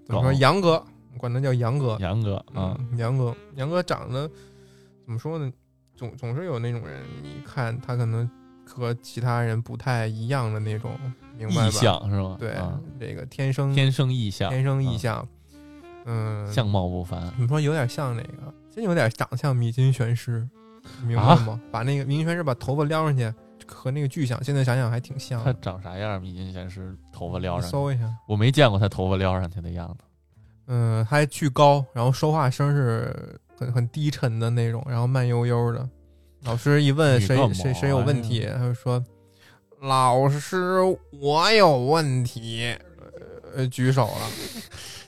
怎么说哦杨哥，我管他叫杨哥，杨哥啊，嗯，杨哥，杨哥长得怎么说呢？总总是有那种人，你看他可能和其他人不太一样的那种，明白异吧？象是吗？对啊，这个天生天生异象，天生异啊象，嗯，相貌不凡。你说有点像那个，真有点长得像米津玄师，你明白啊吗？把那个米津玄师把头发撩上去，和那个巨像，现在想想还挺像他的。长啥样？米津玄师头发撩你上去，搜一下，我没见过他头发撩上去的样子。嗯，他还巨高，然后说话声是很很低沉的那种，然后慢悠悠的。老师一问你谁干嘛谁谁有问题，他就说：“老师，我有问题。”呃，举手了。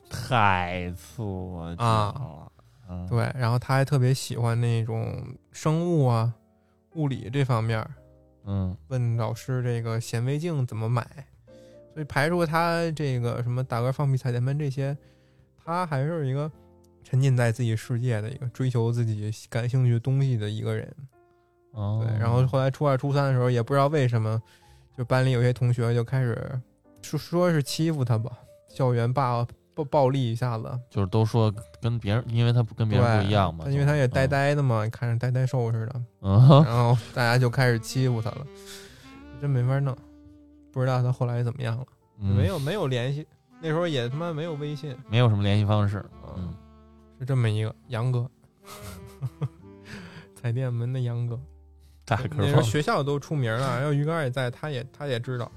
太错觉了啊，嗯，对，然后他还特别喜欢那种生物啊、物理这方面儿，嗯，问老师这个显微镜怎么买，所以排除他这个什么打嗝、放屁、踩电门这些，他还是一个沉浸在自己世界的一个追求自己感兴趣的东西的一个人。哦对，然后后来初二、初三的时候，也不知道为什么，就班里有些同学就开始说说是欺负他吧，校园霸暴暴力一下子，就是都说跟别人，因为他不跟别对，人不一样嘛，但因为他也呆嗯，呆的嘛，看着呆呆兽似的，嗯，然后大家就开始欺负他了，真没法弄，不知道他后来怎么样了。没有有没有联系，那时候也他妈没有微信嗯没有什么联系方式，啊，嗯，是这么一个杨哥，彩电门的杨哥，大那个时候放学校都出名了，然后鱼竿也在，他也他也知道。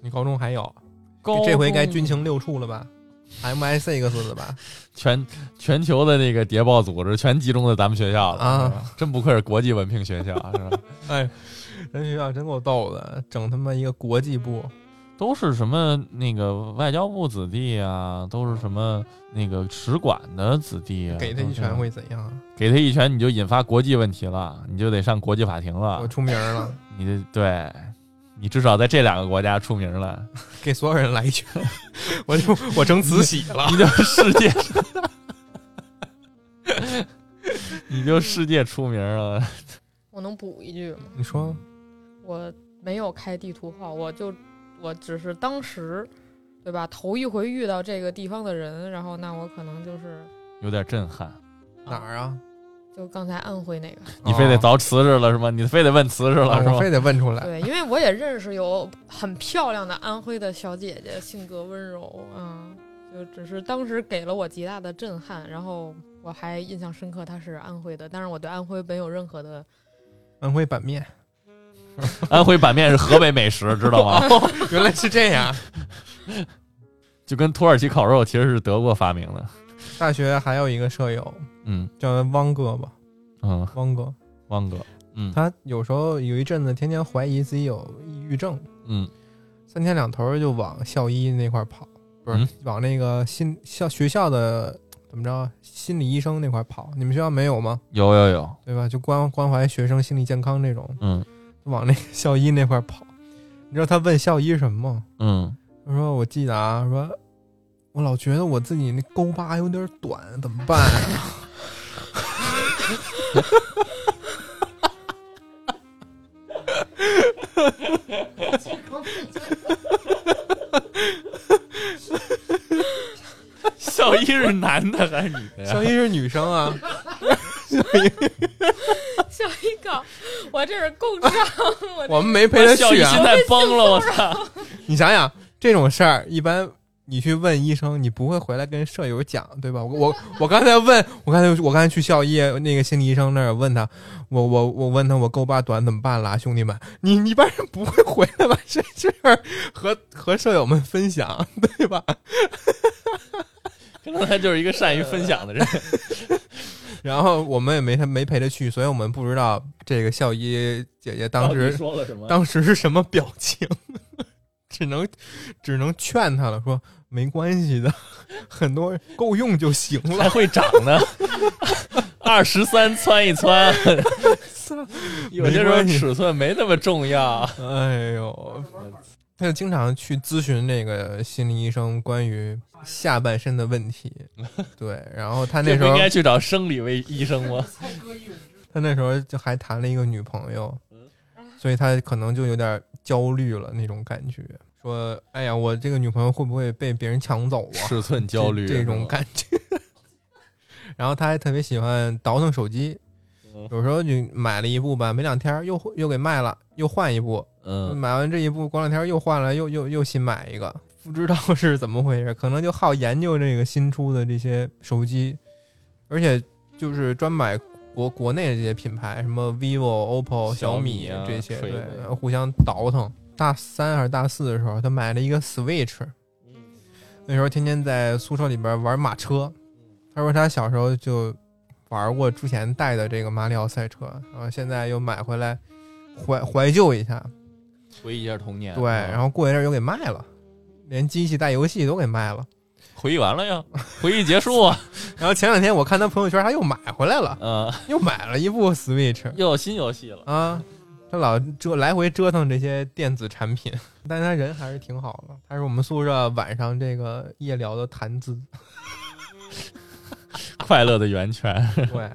你高中还有，*laughs* 高这回该中军情六处了吧？MI6 的吧？ *laughs* 全全球的那个谍报组织全集中在咱们学校了啊是吧真不愧是国际文凭学校，是吧？ *laughs* 哎，咱学校真够逗的，整他妈一个国际部，都是什么那个外交部子弟啊，都是什么那个使馆的子弟啊，给他都一是拳会怎样啊？给他一拳，你就引发国际问题了，你就得上国际法庭了我。出名了，你这对，你至少在这两个国家出名 *laughs* 了，给所有人来一拳，我就我成慈禧了。你就世界， *laughs* 你就世界出名了。 *laughs* 我能补一句吗？你说，我没有开地图炮，我就我只是当时，对吧？头一回遇到这个地方的人，然后那我可能就是有点震撼，哪儿啊？就刚才安徽那个，你非得哦凿瓷实了是吗？你哦非得问瓷实啊了是我吗？非得问出来。对，因为我也认识有很漂亮的安徽的小姐姐，性格温柔，嗯，就只是当时给了我极大的震撼，然后我还印象深刻她是安徽的，但是我对安徽没有任何的， *laughs* 安徽板面，安徽板面是河北美食，知道 *laughs* 吗？原来是这样。啊就跟土耳其烤肉其实是德国发明的。大学还有一个舍友嗯叫汪哥吧，嗯，汪哥，汪哥，嗯他有时候有一阵子天天怀疑自己有抑郁症，嗯三天两头儿就往校医那块儿跑，不是、嗯往那个心校学校的怎么着啊心理医生那块儿跑。你们学校没有吗？有有有，对吧？就关关怀学生心理健康这种，嗯往那个校医那块儿跑。你知道他问校医什么吗？ *laughs* 嗯，他说：“我记得啊，说我老觉得我自己那沟疤有点短，怎么办、啊？校医是男的还是女的小姨是女生啊， *laughs* 笑一个，我这是共账，我我们没陪她去啊。在崩了，我操！ *laughs* 你想想这种事儿，一般你去问医生，你不会回来跟舍友讲，对吧？我我我刚才问，我刚才我刚才去校医那个心理医生那儿问他，我我我问他我沟疤短怎么办啦，兄弟们，你你一般人不会回来把这事儿和和舍友们分享，对吧？可能他就是一个善于分享的人。然后我们也没他没陪他去，所以我们不知道这个校医姐姐当时说了什么当时是什么表情， *laughs* 只能只能劝他了，说没关系的，很多够用就行了。 *laughs* 还会长呢。 *laughs* 二十三窜一窜，有些时候尺寸没那么重要。哎呦，他就经常去咨询这个心理医生关于下半身的问题。 *laughs* 对，然后他那这时不应候该去找生理卫医生吗？他那时候就还谈了一个女朋友，所以他可能就有点焦虑了那种感觉，说：“哎呀，我这个女朋友会不会被别人抢走啊？”尺寸这焦虑这种感觉。 *laughs* 然后他还特别喜欢倒腾手机，嗯有时候你买了一部吧，没两天儿又又给卖了，又换一部，嗯，买完这一部，过两天又换了，又又又新买一个，不知道是怎么回事，可能就好研究这个新出的这些手机，而且就是专买国国内的这些品牌，什么 vivo、OPPO、小米米啊这些，锤对子，然后互相倒腾。大三还是大四的时候，他买了一个 Switch，那时嗯候天天在宿舍里边玩马车。他说他小时候就玩过之前带的这个马里奥赛车，然后现在又买回来怀怀旧一下。回忆一下童年。嗯对，然后过一阵儿又给卖了，连机器带游戏都给卖了。回忆完了呀，回忆结束啊。然后前两天我看他朋友圈，他又买回来了，嗯，又买了一部 Switch 又有新游戏了。啊。他老折来回折腾这些电子产品，但是他人还是挺好的。他是我们宿舍晚上这个夜聊的谈资。快乐的源泉。对，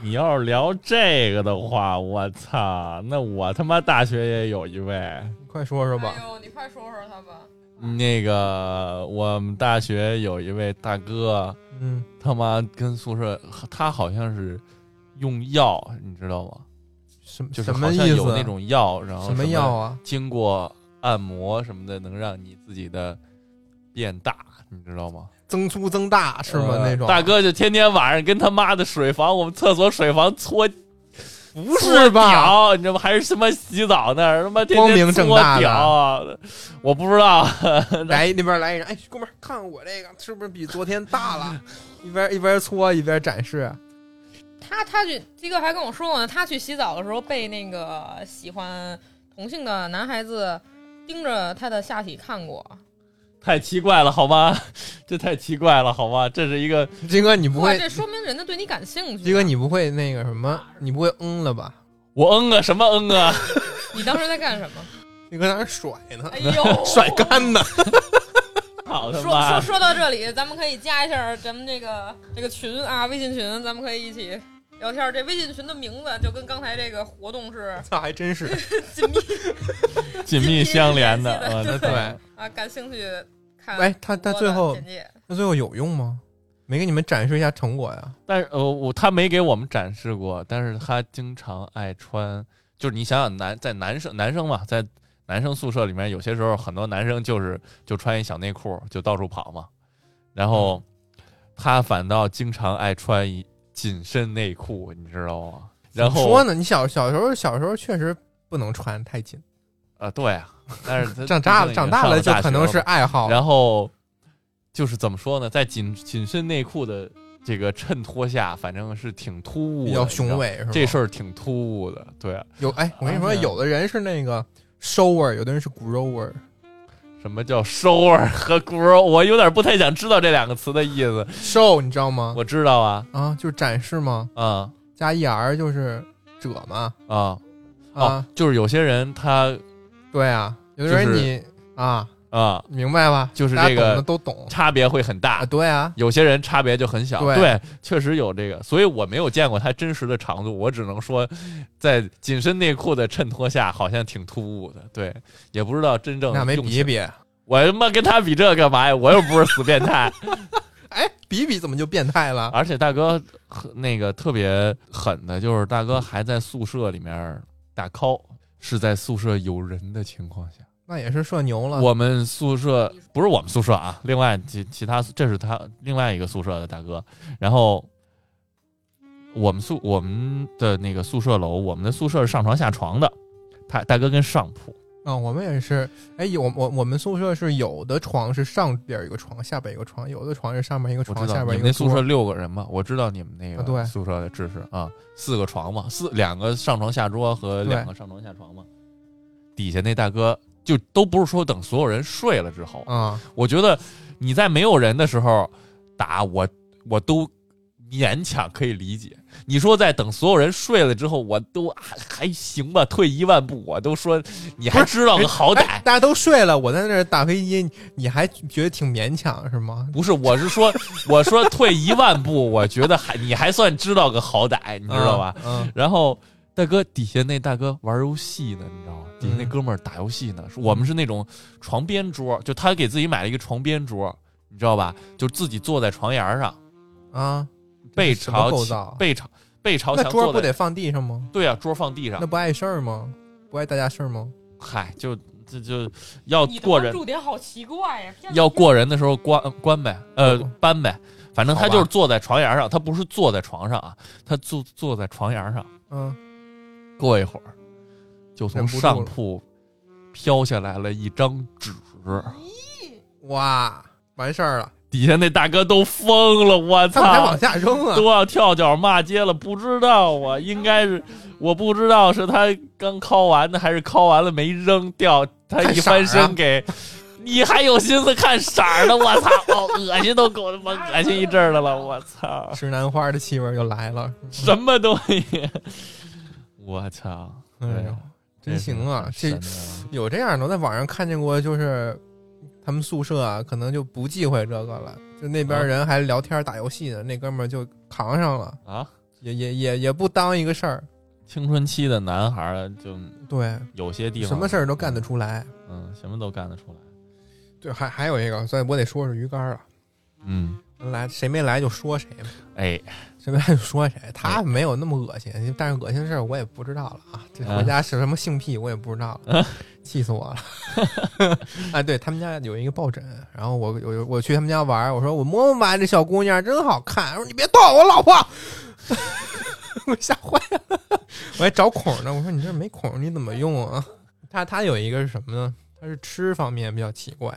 你要是聊这个的话，我操，那我他妈大学也有一位。你快说说吧。哎呦，你快说说他吧。那个我们大学有一位大哥，嗯，他妈跟宿舍，他好像是用药，你知道吗？什么就是什好么像意思？啊有那种药，然后什么么药啊？经过按摩什么的，能让你自己的变大，你知道吗？增粗增大是吗？呃那种啊大哥就天天晚上跟他妈的水房，我们厕所水房搓，不是吧？搓屌？你知道吗？还是什么洗澡那儿他妈天光天明正搓大的屌啊，我不知道。来那边来一人，哎，哥们儿，看我这个是不是比昨天大了？ *laughs* 一边一边搓一边展示。 *laughs* 他他去鸡哥还跟我说过呢，他去洗澡的时候被那个喜欢同性的男孩子盯着他的下体看过。太奇怪了，好吗？ *laughs* 这太奇怪了，好吗？这是一个金哥，你不哇，会这说明人家对你感兴趣。鸡哥，你不会那个什么，你不会嗯了吧？我嗯啊什么嗯 *laughs* 啊，你当时在干什么？你搁那儿甩呢， *laughs* 哎 *laughs* 呦，甩干呢。好他说说妈！说到这里，咱们可以加一下咱们这个这个群啊，微信群，咱们可以一起聊天。这微信群的名字就跟刚才这个活动是操，还真 *laughs* 是。紧密紧密相连的，紧密啊，联系的那对太啊，感兴趣看。哎，他他最后简介，他最后有用吗？没给你们展示一下成果呀？但是呃，我他没给我们展示过，但是他经常爱穿，就是你想想男在男生男生嘛，在男生宿舍里面，有些时候很多男生就是就穿一小内裤就到处跑嘛，然嗯后他反倒经常爱穿一紧身内裤，你知道吗？然怎么说后呢？你小小时候小时候确实不能穿太紧，呃，对啊，但是 *laughs* 他长大了毕竟长也大上了就大可学能了是爱好。然后就是怎么说呢，在紧紧身内裤的这个衬托下，反正是挺突兀的，比较你知雄道。伟是吧？这事儿嗯挺突兀的，对，有哎，我跟你说，而且有的人是那个收味儿，有的人是骨肉味儿。什么叫收儿和骨儿？我有点不太想知道这两个词的意思。收你知道吗？我知道啊，啊，就是展示嘛，啊、加 e r 就是褶嘛。嗯、啊、啊哦，，就是有些人他对啊，有的人就是你啊，啊、明白吧？就是大家这个懂的都懂差别会很大啊。，对啊，有些人差别就很小，对确实有这个，所以我没有见过它真实的长度，我只能说，在紧身内裤的衬托下，好像挺突兀的，对，也不知道真正那没嗯用比起一，比，我他妈跟他比这干嘛呀？我又不是死变态，哎，比一比怎么就变态了？而且大哥很那个特别狠的，就是大哥还在宿舍里面打 call，是在宿舍有人的情况下。那也是社牛了。我们宿舍不是我们宿舍啊，另外其其他这是他另外一个宿舍的大哥，然后我们宿我们的那个宿舍楼，我们的宿舍是上床下床的，他大哥跟上铺，啊，我们也是。哎，有我我们宿舍是有的床是上边一个床，下边一个床；有的床是上面一个我床，知下道你边一们个那宿舍桌。六个人嘛，我知道你们那啊对嗯个宿舍的知识啊，四个床嘛，四两个上床下桌和对两个上床下床嘛，底下那大哥就都不是说等所有人睡了之后，啊，我觉得你在没有人的时候打我，我都勉强可以理解。你说在等所有人睡了之后，我都啊还行吧，退一万步，我都说你还不知道个好哎歹。 *laughs* 大家都睡了，我在那儿打飞机，你还觉得挺勉强是吗？不是，我是说，我说退一万步，我觉得还你还算知道个好歹，你知道吧？嗯？然后大哥底下那大哥玩游戏呢，你知道吗？底下那哥们儿打游戏呢，说我们是那种床边桌，就他给自己买了一个床边桌，你知道吧？就自己坐在床沿上，嗯啊，背什么朝构墙造？背朝背朝那墙桌坐不在得放地上吗？对啊，桌放地上那，不碍事儿吗？不碍大家事儿吗？嗨，就这就哦要你的过关人注点好奇怪呀、骗子要过人的时候关关呗，呃哦搬呗，反正他好吧就是坐在床沿上，他不是坐在床上啊，他坐坐在床沿上，嗯，过一会儿就从忍不住上了铺飘下来了一张纸。哇，完事 *laughs* 儿了，底下那大哥都疯了，我他们还操往！下扔 *laughs* 啊！都要跳脚骂街了，不知道啊，应该是我不知道是他刚敲完的，还是敲完了没扔掉，他一翻看色儿啊身给， *laughs* 你还有心思看色儿呢？我操，哦，恶心都够他妈恶心一阵儿的了，我 *laughs* 操，石楠花的气味儿又来了，什么东西？我操，哎对呦，真行啊！这这是神啊有这样的，我在网上看见过，就是他们宿舍啊，可能就不忌讳这个了，就那啊边人还聊天打游戏呢，那哥们儿就扛上了，啊，也也也也不当一个事儿，青春期的男孩儿就对，有些地方什么事儿都干得，出来。嗯，什么都干得出来，对，还还有一个，所以我得说说鱼竿儿啊，嗯，来谁没来就说谁吧，哎，谁没来就说谁，他没有那么恶心，但是恶心的事儿我也不知道了啊，这啊回家是什么性癖我也不知道了， *laughs* 气死我了。 *laughs* 啊，对他们家有一个抱枕，然后我我我去他们家玩儿，我说我摸摸吧，这小姑娘真好看，我说你别动我老婆， *laughs* 我吓坏了，我还找孔呢，我说你这没孔你怎么用啊？他他有一个是什么呢？他是吃方面比较奇怪。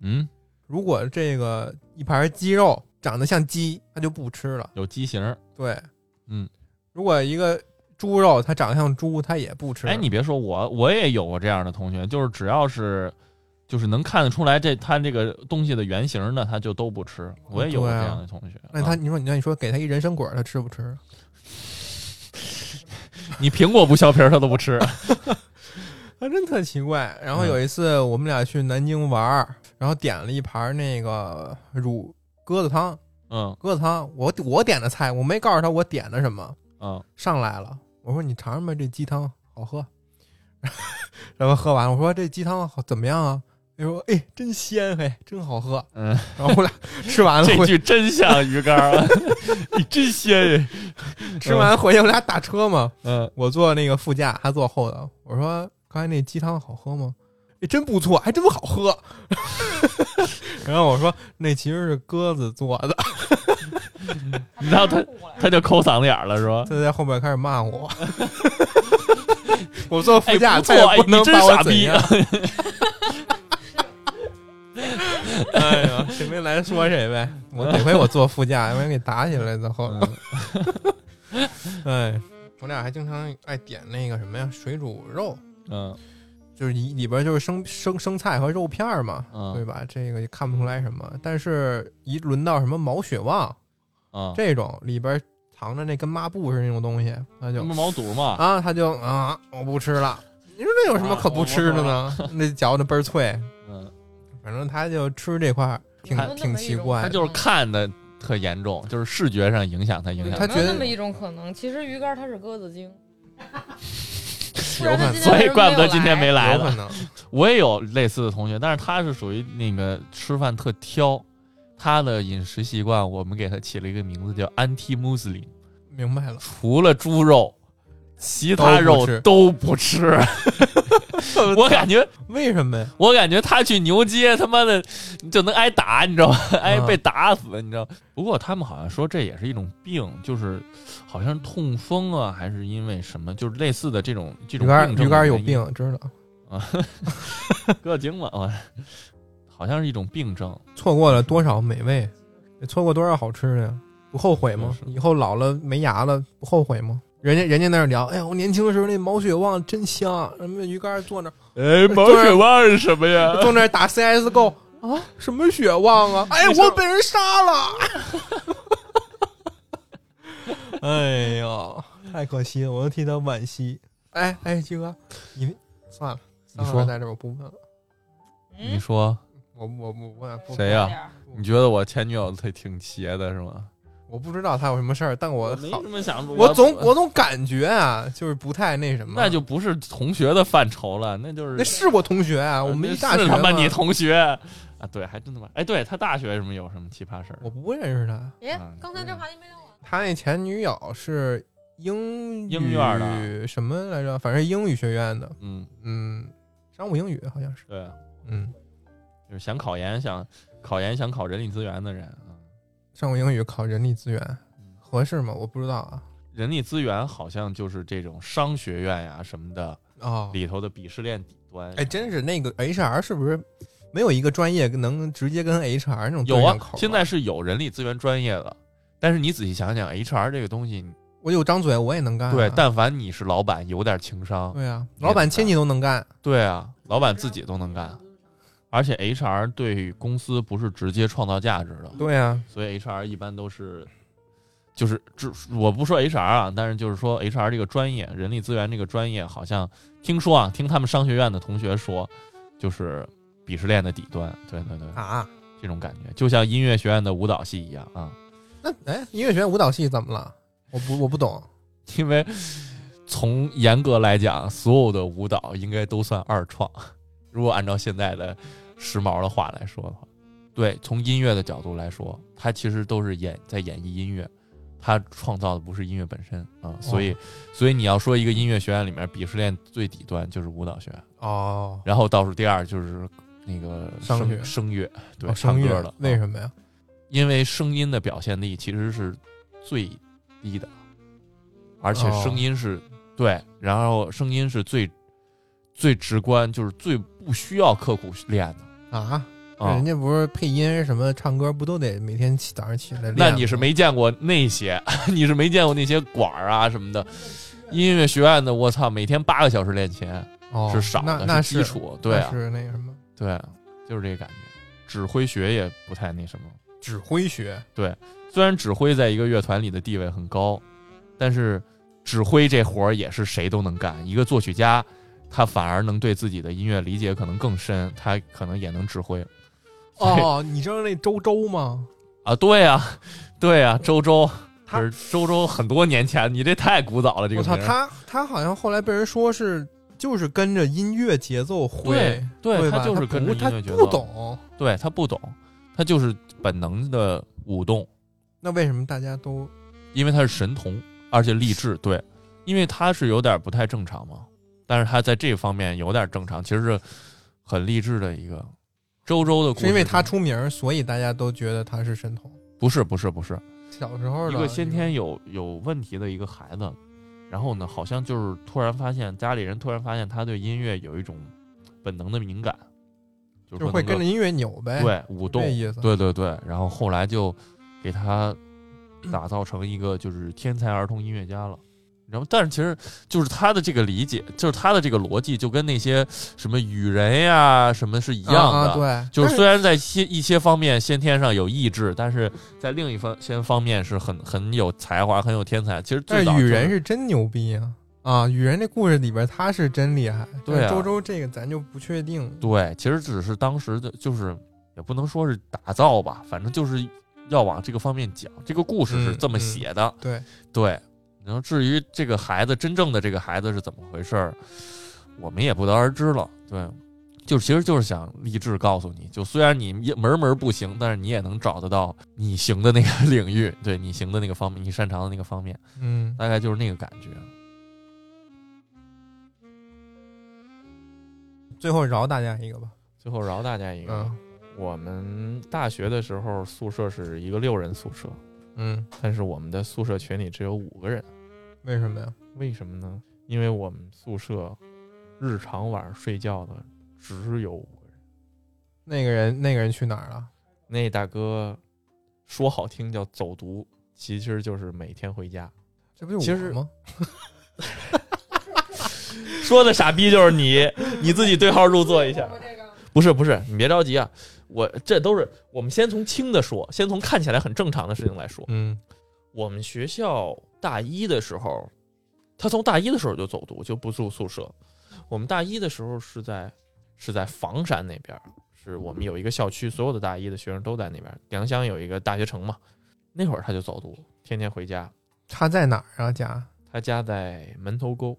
嗯，如果这个一盘鸡肉长得像鸡，它就不吃了。有畸形儿，对，嗯，如果一个猪肉它长得像猪，它也不吃。哎，你别说我，我也有过这样的同学，就是只要是，就是能看得出来这他这个东西的原型呢，他就都不吃。我也有过对这啊样的同学。那他啊你说你那你说给他一人参果，他吃啊不吃？你苹果不削皮儿，他都不吃。他啊真特奇怪。然后有一次我们俩去南京玩儿，然后点了一盘那个乳鸽子汤，嗯鸽子汤我我点的菜，我没告诉他我点的什么， *laughs* 嗯，上来了，我说你尝尝吧，这鸡汤好喝。 *laughs* 然后喝完了，我说这鸡汤好怎么样啊？他说哎，真鲜嘿，真好喝。嗯，然后我俩 *laughs* 吃完了这回句真像鱼竿儿啊， *laughs* 你真鲜。 *laughs* 吃完回去，我俩打车嘛，嗯，我坐那个副驾，他坐后头。我说刚才那鸡汤好喝吗？哎，真不错，还真好喝。 *laughs* 然后我说那其实是鸽子做的， *laughs* 你知道他他就抠嗓子眼儿了，是吧？他在后面开始骂我。 *laughs* 我坐副驾，哎他不错也不哎能你真把我傻怎逼啊样。 *laughs* 哎呀，谁没来说谁呗。我得亏我坐副驾，要不然给打起来的后。嗯哎，我俩还经常爱点那个什么呀，水煮肉，嗯就是里里边就是生生生菜和肉片儿嘛，对嗯吧？这个也看不出来什么。但是，一轮到什么毛血旺嗯，这种里边藏着那跟抹布似的那种东西，那就这不毛肚嘛。啊，他就啊，我不吃了。你说这有什啊么可不吃的呢？ *laughs* 那嚼的倍儿脆，嗯，反正他就吃这块儿挺他挺奇他怪。就是看的特严重，就是视觉上影响他，影响他有他。没觉有得那么一种可能？其实鱼竿它是鸽子精，有可能所以不然它今天为什么怪不得有今天没来有了可。能，我也有类似的同学，但是他是属于那个吃饭特挑，他的饮食习惯我们给他起了一个名字叫 anti Muslim，明白了，除了猪肉，其他肉都不吃。 *laughs* *laughs* 我感觉，为什么呀？我感觉他去牛街，他妈的就能挨打，你知道吗？挨嗯被打死，你知道。不过他们好像说这也是一种病，就是好像是痛风啊，还是因为什么，就是类似的这种这鱼种竿病症鱼竿的有原 *laughs* 因病，知道。各精嘛，我 *laughs* 好像是一种病症。错过了多少美味，错过多少好吃的呀？不后悔吗是？以后老了没牙了不后悔吗？人家人家那儿聊，哎呀，我年轻的时候那毛血旺真香，啊什么鱼竿 *laughs* 坐那儿哎，毛血旺是什么呀？坐那儿打 CSGO 啊，什么血旺 *laughs* 啊？哎，没事儿我被人杀了。 *laughs* 哎呦，太可惜了，我又替他惋惜。哎哎，鸡哥，你算了，你算说了，在这儿我不问了， *laughs* 嗯你说我我我不问不问谁呀、嗯你觉得我前女友挺挺邪的是吗？我不知道他有什么事儿，但我没好，什么想，我总我总感觉啊，就是不太那什么。那就不是同学的范畴了，哎那就是那是我同学啊，我们一大学是他嘛妈你同学啊？对，还真他妈哎，对他大学什么有什么奇葩事儿？我不认识他，哎嗯，刚才这话题没聊完。他那前女友是英语英院的什么来着？反正英语学院的，嗯，嗯，商务英语好像是，对，啊嗯，就是想考研想考研想考人力资源的人，嗯商务英语考人力资源嗯合适吗？我不知道啊。人力资源好像就是这种商学院呀、什么的哦，里头的鄙视链底端。哎，真是那个 HR 是不是没有一个专业能直接跟 HR 那种对有上啊口，现在是有人力资源专业的，但是你仔细想想，HR 这个东西，我有张嘴我也能干啊、对，但凡你是老板，有点情商，对啊，也老板能亲戚都能干，对啊，老板自己都能干。而且 HR 对于公司不是直接创造价值的，对啊，所以 HR 一般都是，就是这我不说 HR 啊，但是就是说 HR 这个专业，人力资源这个专业，好像听说啊，听他们商学院的同学说，就是鄙视链的底端，对对对，啊，这种感觉，就像音乐学院的舞蹈系一样啊，那哎，音乐学院舞蹈系怎么了？我不我不懂，因为从严格来讲，所有的舞蹈应该都算二创，如果按照现在的时髦的话来说的话，对，从音乐的角度来说，它其实都是演在演绎音乐，它创造的不是音乐本身啊、所哦以所以你要说一个音乐学院里面鄙视链最底端就是舞蹈学院，哦，然后倒数第二就是那个商声乐声乐，对，哦唱声歌乐的，为么？什么呀？因为声音的表现力其实是最低的，而且哦声音是、对，然后声音是最最直观，就是最不需要刻苦练的啊，啊人。家不是配音什么唱歌不都得每天起早上起来练吗？那你是没见过那些， *laughs* 你是没见过那些管儿啊什么的，音乐学院的，我操，每天八个小时练琴哦是少那的，那基础，对那啊，是那个什么对，就是这个感觉。指挥学也不太那什么，指挥学虽然指挥在一个乐团里的地位很高，但是指挥这活儿也是谁都能干。一个作曲家，他反而能对自己的音乐理解可能更深，他可能也能指挥。哦， *laughs* 你知道那周周吗？啊，对呀、啊，对呀、啊，周周，他可是周周很多年前，你这太古早了，这个我操，名儿他他好像后来被人说是就是跟着音乐节奏挥对，对，对他吧？就是跟着不音他乐节奏不，懂，对他不懂，他就是本能的舞动，那为什么大家都因为他是神童，而且励志，对，因为他是有点不太正常嘛，但是他在这方面有点正常，其实是很励志的一个。周周的故事是因为他出名儿，所以大家都觉得他是神童？不是不是不是小时候一的个先天有有问题的一个孩子，然后呢，好像就是突然发现家里人突然发现他对音乐有一种本能的敏感，就就是是说会能跟够着音乐扭呗，，对舞动这，意思。对对对，然后后来就给他打造成一个就是天才儿童音乐家了。然后，但是其实就是他的这个理解，就是他的这个逻辑，就跟那些什么雨人呀、什么是一一样的。啊对，就是但虽然在一些一些方面先天上有意志，但是在另一方些方面是很很有才华、很有天才。其实但最是早雨就人是真牛逼啊！啊，雨人这故事里边他是真厉害，对啊但是周周这个咱就不确定。对，其实只是当时的，就是也不能说是打造吧，反正就是要往这个方面讲。这个故事是嗯这么嗯写的，对，对，然后至于这个孩子真正的这个孩子是怎么回事儿，我们也不得而知了。对，就其实就是想励志告诉你，就虽然你一门门不行，但是你也能找得到你行的那个 *laughs* 领域，对你行的那个方面，你擅长的那个方面，嗯，大概就是那个感觉。最后饶大家一个吧。最后饶大家一个，嗯我们大学的时候宿舍是一个六人宿舍，嗯，但是我们的宿舍群里只有五个人，为什么呀？为什么呢？因为我们宿舍日常晚上睡觉的只有五个人。那个人那个人去哪儿了？那大哥说好听叫走读，其实就是每天回家。这不其就实我吗？说的傻逼就是你，你自己对号入座一下。不是不是，你别着急啊，我这都是我们先从轻的说，先从看起来很正常的事情来说。嗯我们学校大一的时候，他从大一的时候就走读，就不住宿舍。我们大一的时候是在是在房山那边儿，是我们有一个校区，所有的大一的学生都在那边儿。良乡有一个大学城嘛，那会儿他就走读，天天回家。他在哪儿啊？家？他家在门头沟，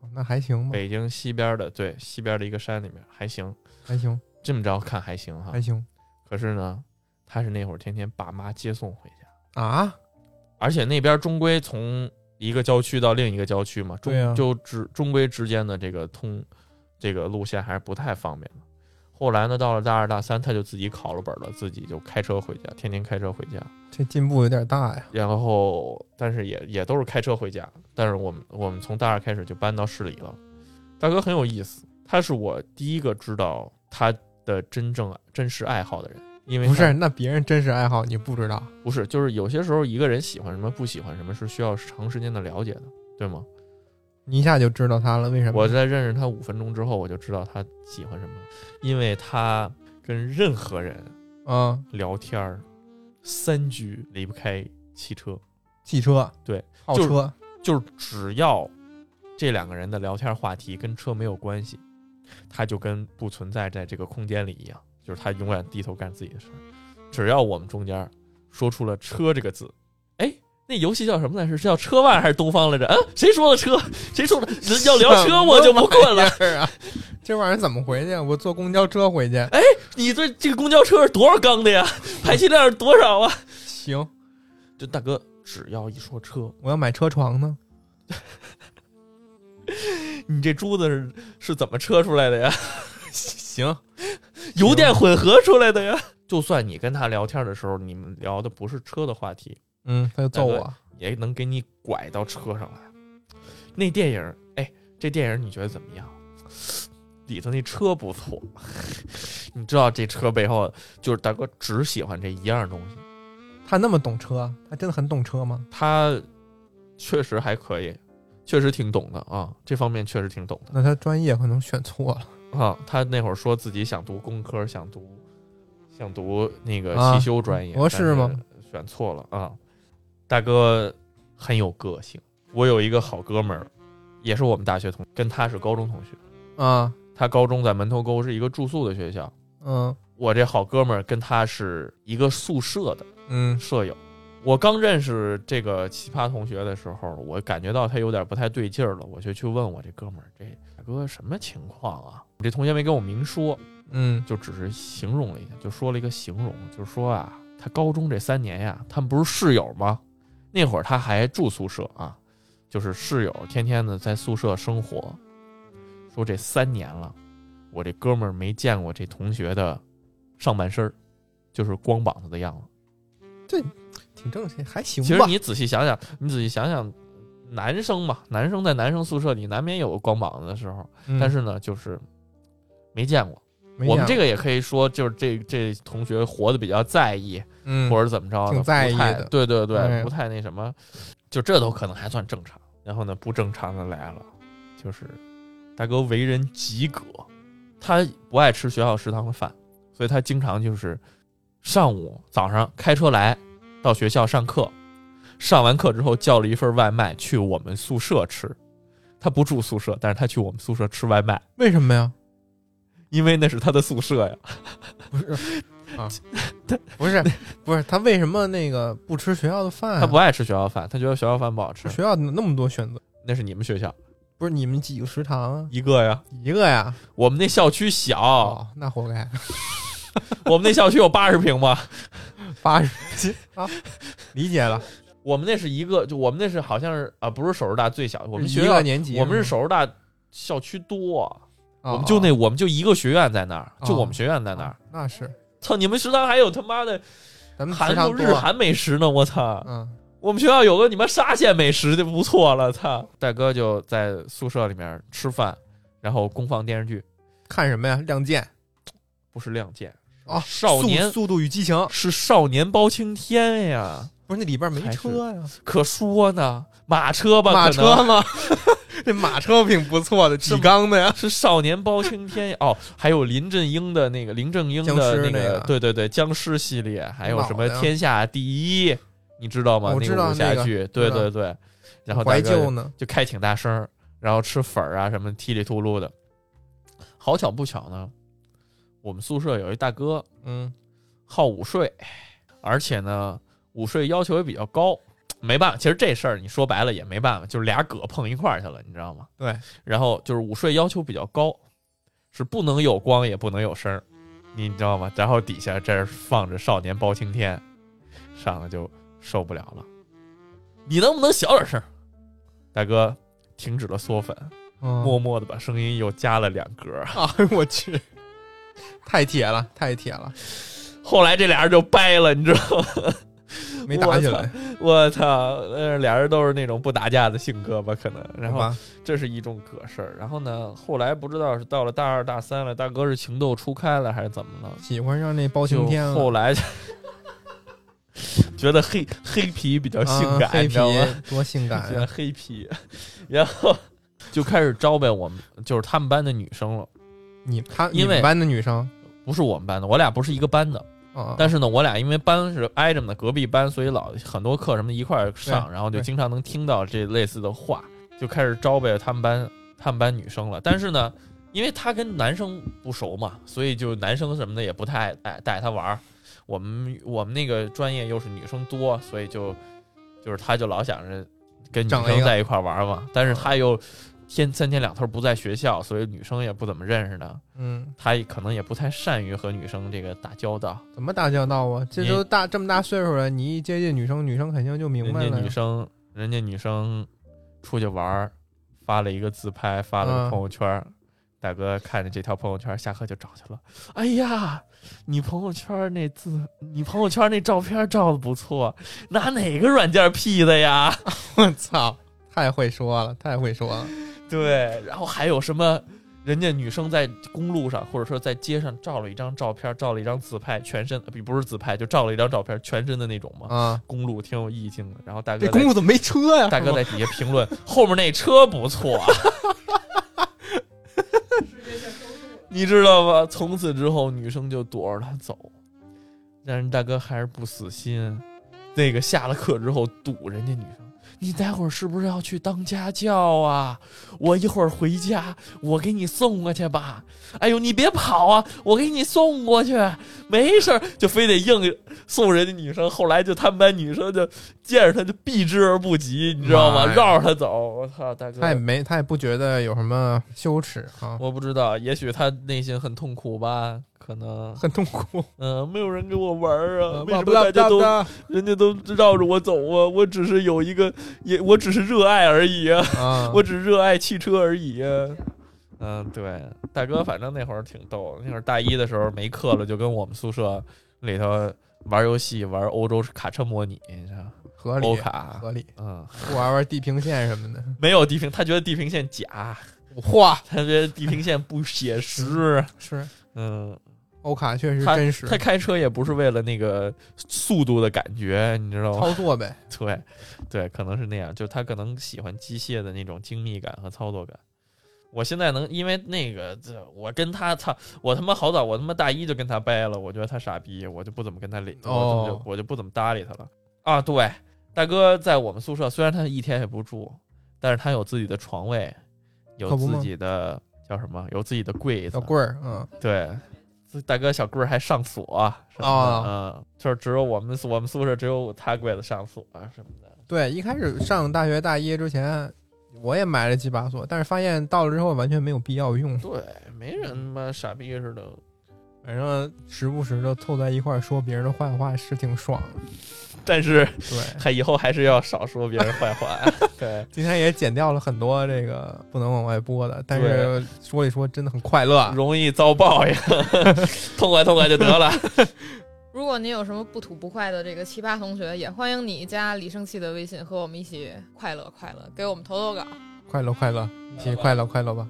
哦那还行吧，北京西边的，对西边的一个山里面，还行。还行，这么着看还行哈还，行可是呢，他是那会儿天天爸妈接送回家，啊！而且那边终归从一个郊区到另一个郊区嘛，中对啊就只终归之间的这个通这个路线还是不太方便的。后来呢，到了大二大三，他就自己考了本了，自己就开车回家，天天开车回家。这进步有点大呀。然后，但是也也都是开车回家。但是我们我们从大二开始就搬到市里了。大哥很有意思，他是我第一个知道他的真正真实爱好的人，因为不他是，那别人真实爱好你不知道，不是，就是有些时候一个人喜欢什么不喜欢什么是需要长时间的了解的，对吗？你一下就知道他了。为什么？我在认识他五分钟之后，我就知道他喜欢什么，因为他跟任何人啊，聊天儿，三句离不开汽车，汽车对，好就是车，就是只要这两个人的聊天话题跟车没有关系，他就跟不存在在这个空间里一样，就是他永远低头干自己的事儿。只要我们中间说出了“车”这个字，哎，那游戏叫什么来着？是叫车腕还是东方来着？啊，谁说的车？谁说的？要聊车我就不困 *laughs* 了。是啊，这玩意儿怎么回去？啊我坐公交车回去。哎你这这个公交车是多少缸 *laughs* 的呀？排气量是多少啊？行，这大哥只要一说车，我要买车床呢。你这珠子是是怎么车出来的呀？行，油电混合出来的呀。就算你跟他聊天的时候，你们聊的不是车的话题，嗯，他就揍大我。也能给你拐到车上来。那电影，哎，这电影你觉得怎么样？里头那车不错， *laughs* 你知道这车背后就是大哥只喜欢这一样东西，他那么懂车，他真的很懂车吗？他确实还可以，确实挺懂的啊，这方面确实挺懂的。那他专业可能选错了。啊，他那会儿说自己想读工科，想读想读那个啊汽修专业，博士吗？选错了啊！大哥很有个性，我有一个好哥们儿，也是我们大学同，跟他是高中同学。啊，他高中在门头沟是一个住宿的学校，嗯我这好哥们儿跟他是一个宿舍的嗯舍友。我刚认识这个奇葩同学的时候，我感觉到他有点不太对劲儿了，我就去问我这哥们儿，这大哥什么情况啊？我这同学没跟我明说，嗯，就只是形容了一下，就说了一个形容，就是说啊，他高中这三年呀，他们不是室友吗？那会儿他还住宿舍啊，就是室友天天的在宿舍生活。说这三年了，我这哥们儿没见过这同学的上半身儿，就是光膀子的样子。挺正常，还行其实吧。你仔细想想，你仔细想想，男生嘛，男生在男生宿舍里难免有个光膀子的时候，嗯但是呢，就是没见过。没我们讲这个也可以说，就是这这同学活得比较在意，嗯或者怎么着的，挺在意不太的对对对，哎不太那什么，就这都可能还算正常。然后呢，不正常的来了，就是大哥为人极葛，他不爱吃学校食堂的饭，所以他经常就是上午早上开车来到学校上课，上完课之后叫了一份外卖去我们宿舍吃。他不住宿舍，但是他去我们宿舍吃外卖，为什么 *laughs* 呀？因为那是他的宿舍呀。不是啊，不是不是，他为什么那个不吃学校的饭、啊？他不爱吃学校饭，他觉得学校饭不好吃。学校那么多选择，那是你们学校不是你们几个食堂啊？一个呀，一个呀？我们那校区小，哦，那活该，我们那校区有八十平吗？八十 *laughs* 啊，理解了。我们那是一个，就我们那是好像是啊，不是首师大最小，我们一学个校嗯年级，嗯我们是，首师大校区多，哦、我们就那我们就一个学院在那儿，就哦我们学院在那儿。那是操，你们食堂还有他妈的咱们韩食堂国多日韩美食呢！我操，嗯我们学校有个你妈沙县美食就不错了。操，大哥就在宿舍里面吃饭，然后公放电视剧，看什么呀？亮剑不是《亮剑》啊，哦少年速速度与激情是《少年包青天》呀。不是那里边没还是车呀、可说呢，马车吧，马可能车吗？ *laughs* 这马车挺不错的，是几缸的呀。是少年包青天哦，还有林正英的那个林正英僵的尸那那个对对对，僵尸系列，还有什么老的天下第一，你知道吗？我那知道个武侠那个剧，对知道对对，然后怀大哥旧呢？就开挺大声儿，然后吃粉儿啊什么踢里秃噜的。好巧不巧呢，我们宿舍有一大哥嗯，好午睡，而且呢午睡要求也比较高，没办法，其实这事儿你说白了也没办法，就是俩葛碰一块儿去了，你知道吗？对。然后就是午睡要求比较高，是不能有光也不能有声儿，你知道吗？然后底下这儿放着《少年包青天》，上来就受不了了。你能不能小点声儿？大哥停止了嗦粉，默默 *laughs* 默的把声音又加了两格儿。啊，我去，太铁了，太铁了，后来这俩人就掰了，你知道吗。没打起来，我操，呃，俩人都是那种不打架的性格吧，可能。然好后吧这是一种葛事儿。然后呢，后来不知道是到了大二大三了，大哥是情窦初开了还是怎么了？喜欢上那包青就 *laughs* 天啊了，后来觉得黑黑皮比较性啊感，黑你皮知道吗？多性感喜 *laughs* 呀、欢黑皮，然后 *laughs* 就开始招呗我们，就是他们班的女生了，你他因你为们班的女生不是我们班的，我俩不是一个班的。啊，但是呢，我俩因为班是挨着呢，隔壁班，所以老很多课什么的一块儿上，然后就对经常能听到这类似的话，就开始招呗他们班他们班女生了。但是呢，因为他跟男生不熟嘛，所以就男生什么的也不太爱带带他玩儿。我们我们那个专业又是女生多，所以就就是他就老想着跟女整了一生个嗯在一块儿玩儿嘛，但是他又天三天两头不在学校，所以女生也不怎么认识他，嗯，他也可能也不太善于和女生这个打交道。怎么打交道啊？这都大这么大岁数了，你一接近女生，女生肯定就明白人家了女呀。生，人家女生出去玩儿，发了一个自拍，发了嗯个朋友圈儿。大哥看着这条朋友圈儿，下课就找去了。哎呀，你朋友圈儿那字，你朋友圈儿那照片儿照的不错，拿哪个软件儿 P 的呀？ *laughs* *laughs* 我操，太会说了，太会说了。对，然后还有什么？人家女生在公路上，或者说在街上照了一张照片儿，照了一张自拍，全身呃不不是自拍，就照了一张照片儿，全身的那种嘛。啊，公路挺有意境的。然后大这哥在公路怎么没车呀、大哥在底下评论：“ *laughs* 后面那车不错、啊。”你知道吗？从此之后，女生就躲着他走，但是大哥还是不死心。那个下了课之后堵人家女生：“你待会儿是不是要去当家教啊？我一会儿回家，我给你送过去吧。哎呦，你别跑啊，我给你送过去，没事儿。”就非得硬送人家女生。后来就他们班女生就见着他就避之而不及，你知道吗妈？呀绕着他走。我操，大哥！他也没，他也不觉得有什么羞耻啊，我不知道，也许他内心很痛苦吧，可能，很痛苦。 *laughs* 嗯、没有人跟我玩 *laughs* 儿啊，为哇什不么啦不啦大家不都啦人家都绕着我走啊？我只是有一个，也我只是热爱而已啊， *laughs* 啊，我只是热爱汽车而已啊。嗯，对，大哥，反正那会儿挺逗，那会儿大一的时候没课了，就跟我们宿舍里头玩游戏，玩欧洲卡车模拟，你知道吗合理欧卡，合理，嗯，不玩玩地平线什么的。没有地平，他觉得地平线假，哇，他觉得地平线不写实，是嗯。欧卡确实真实他开车也不是为了那个速度的感觉，你知道吗？操作呗。对，对，可能是那样，就他可能喜欢机械的那种精密感和操作感。我现在能因为那个，这我跟他操，我他妈好早，我他妈大一就跟他掰了，我觉得他傻逼，我就不怎么跟他理，我就哦我就不怎么搭理他了。啊，对，大哥在我们宿舍，虽然他一天也不住，但是他有自己的床位，有可不自吗己的叫什么，有自己的柜子小，棍儿，嗯，对，这大哥小棍儿还上锁啊什么的，哦嗯，就是只有我们宿我们宿舍只有他柜子上锁啊什么的，对，一开始上大学大一之前，我也买了几把锁，但是发现到了之后完全没有必要用，对，没人他妈傻逼似的，反正时不时的凑在一块儿说别人的坏话是挺爽的。但是对，还以后还是要少说别人坏话，对，今天也剪掉了很多这个不能往外播的，但对是说一说真的很快乐啊。容易遭报应， *laughs* 痛快痛快就得了。如果您有什么不吐不快的这个奇葩同学，也欢迎你加李生气的微信和我们一起快乐快乐，给我们投投稿。快乐快乐，一起快乐快乐吧！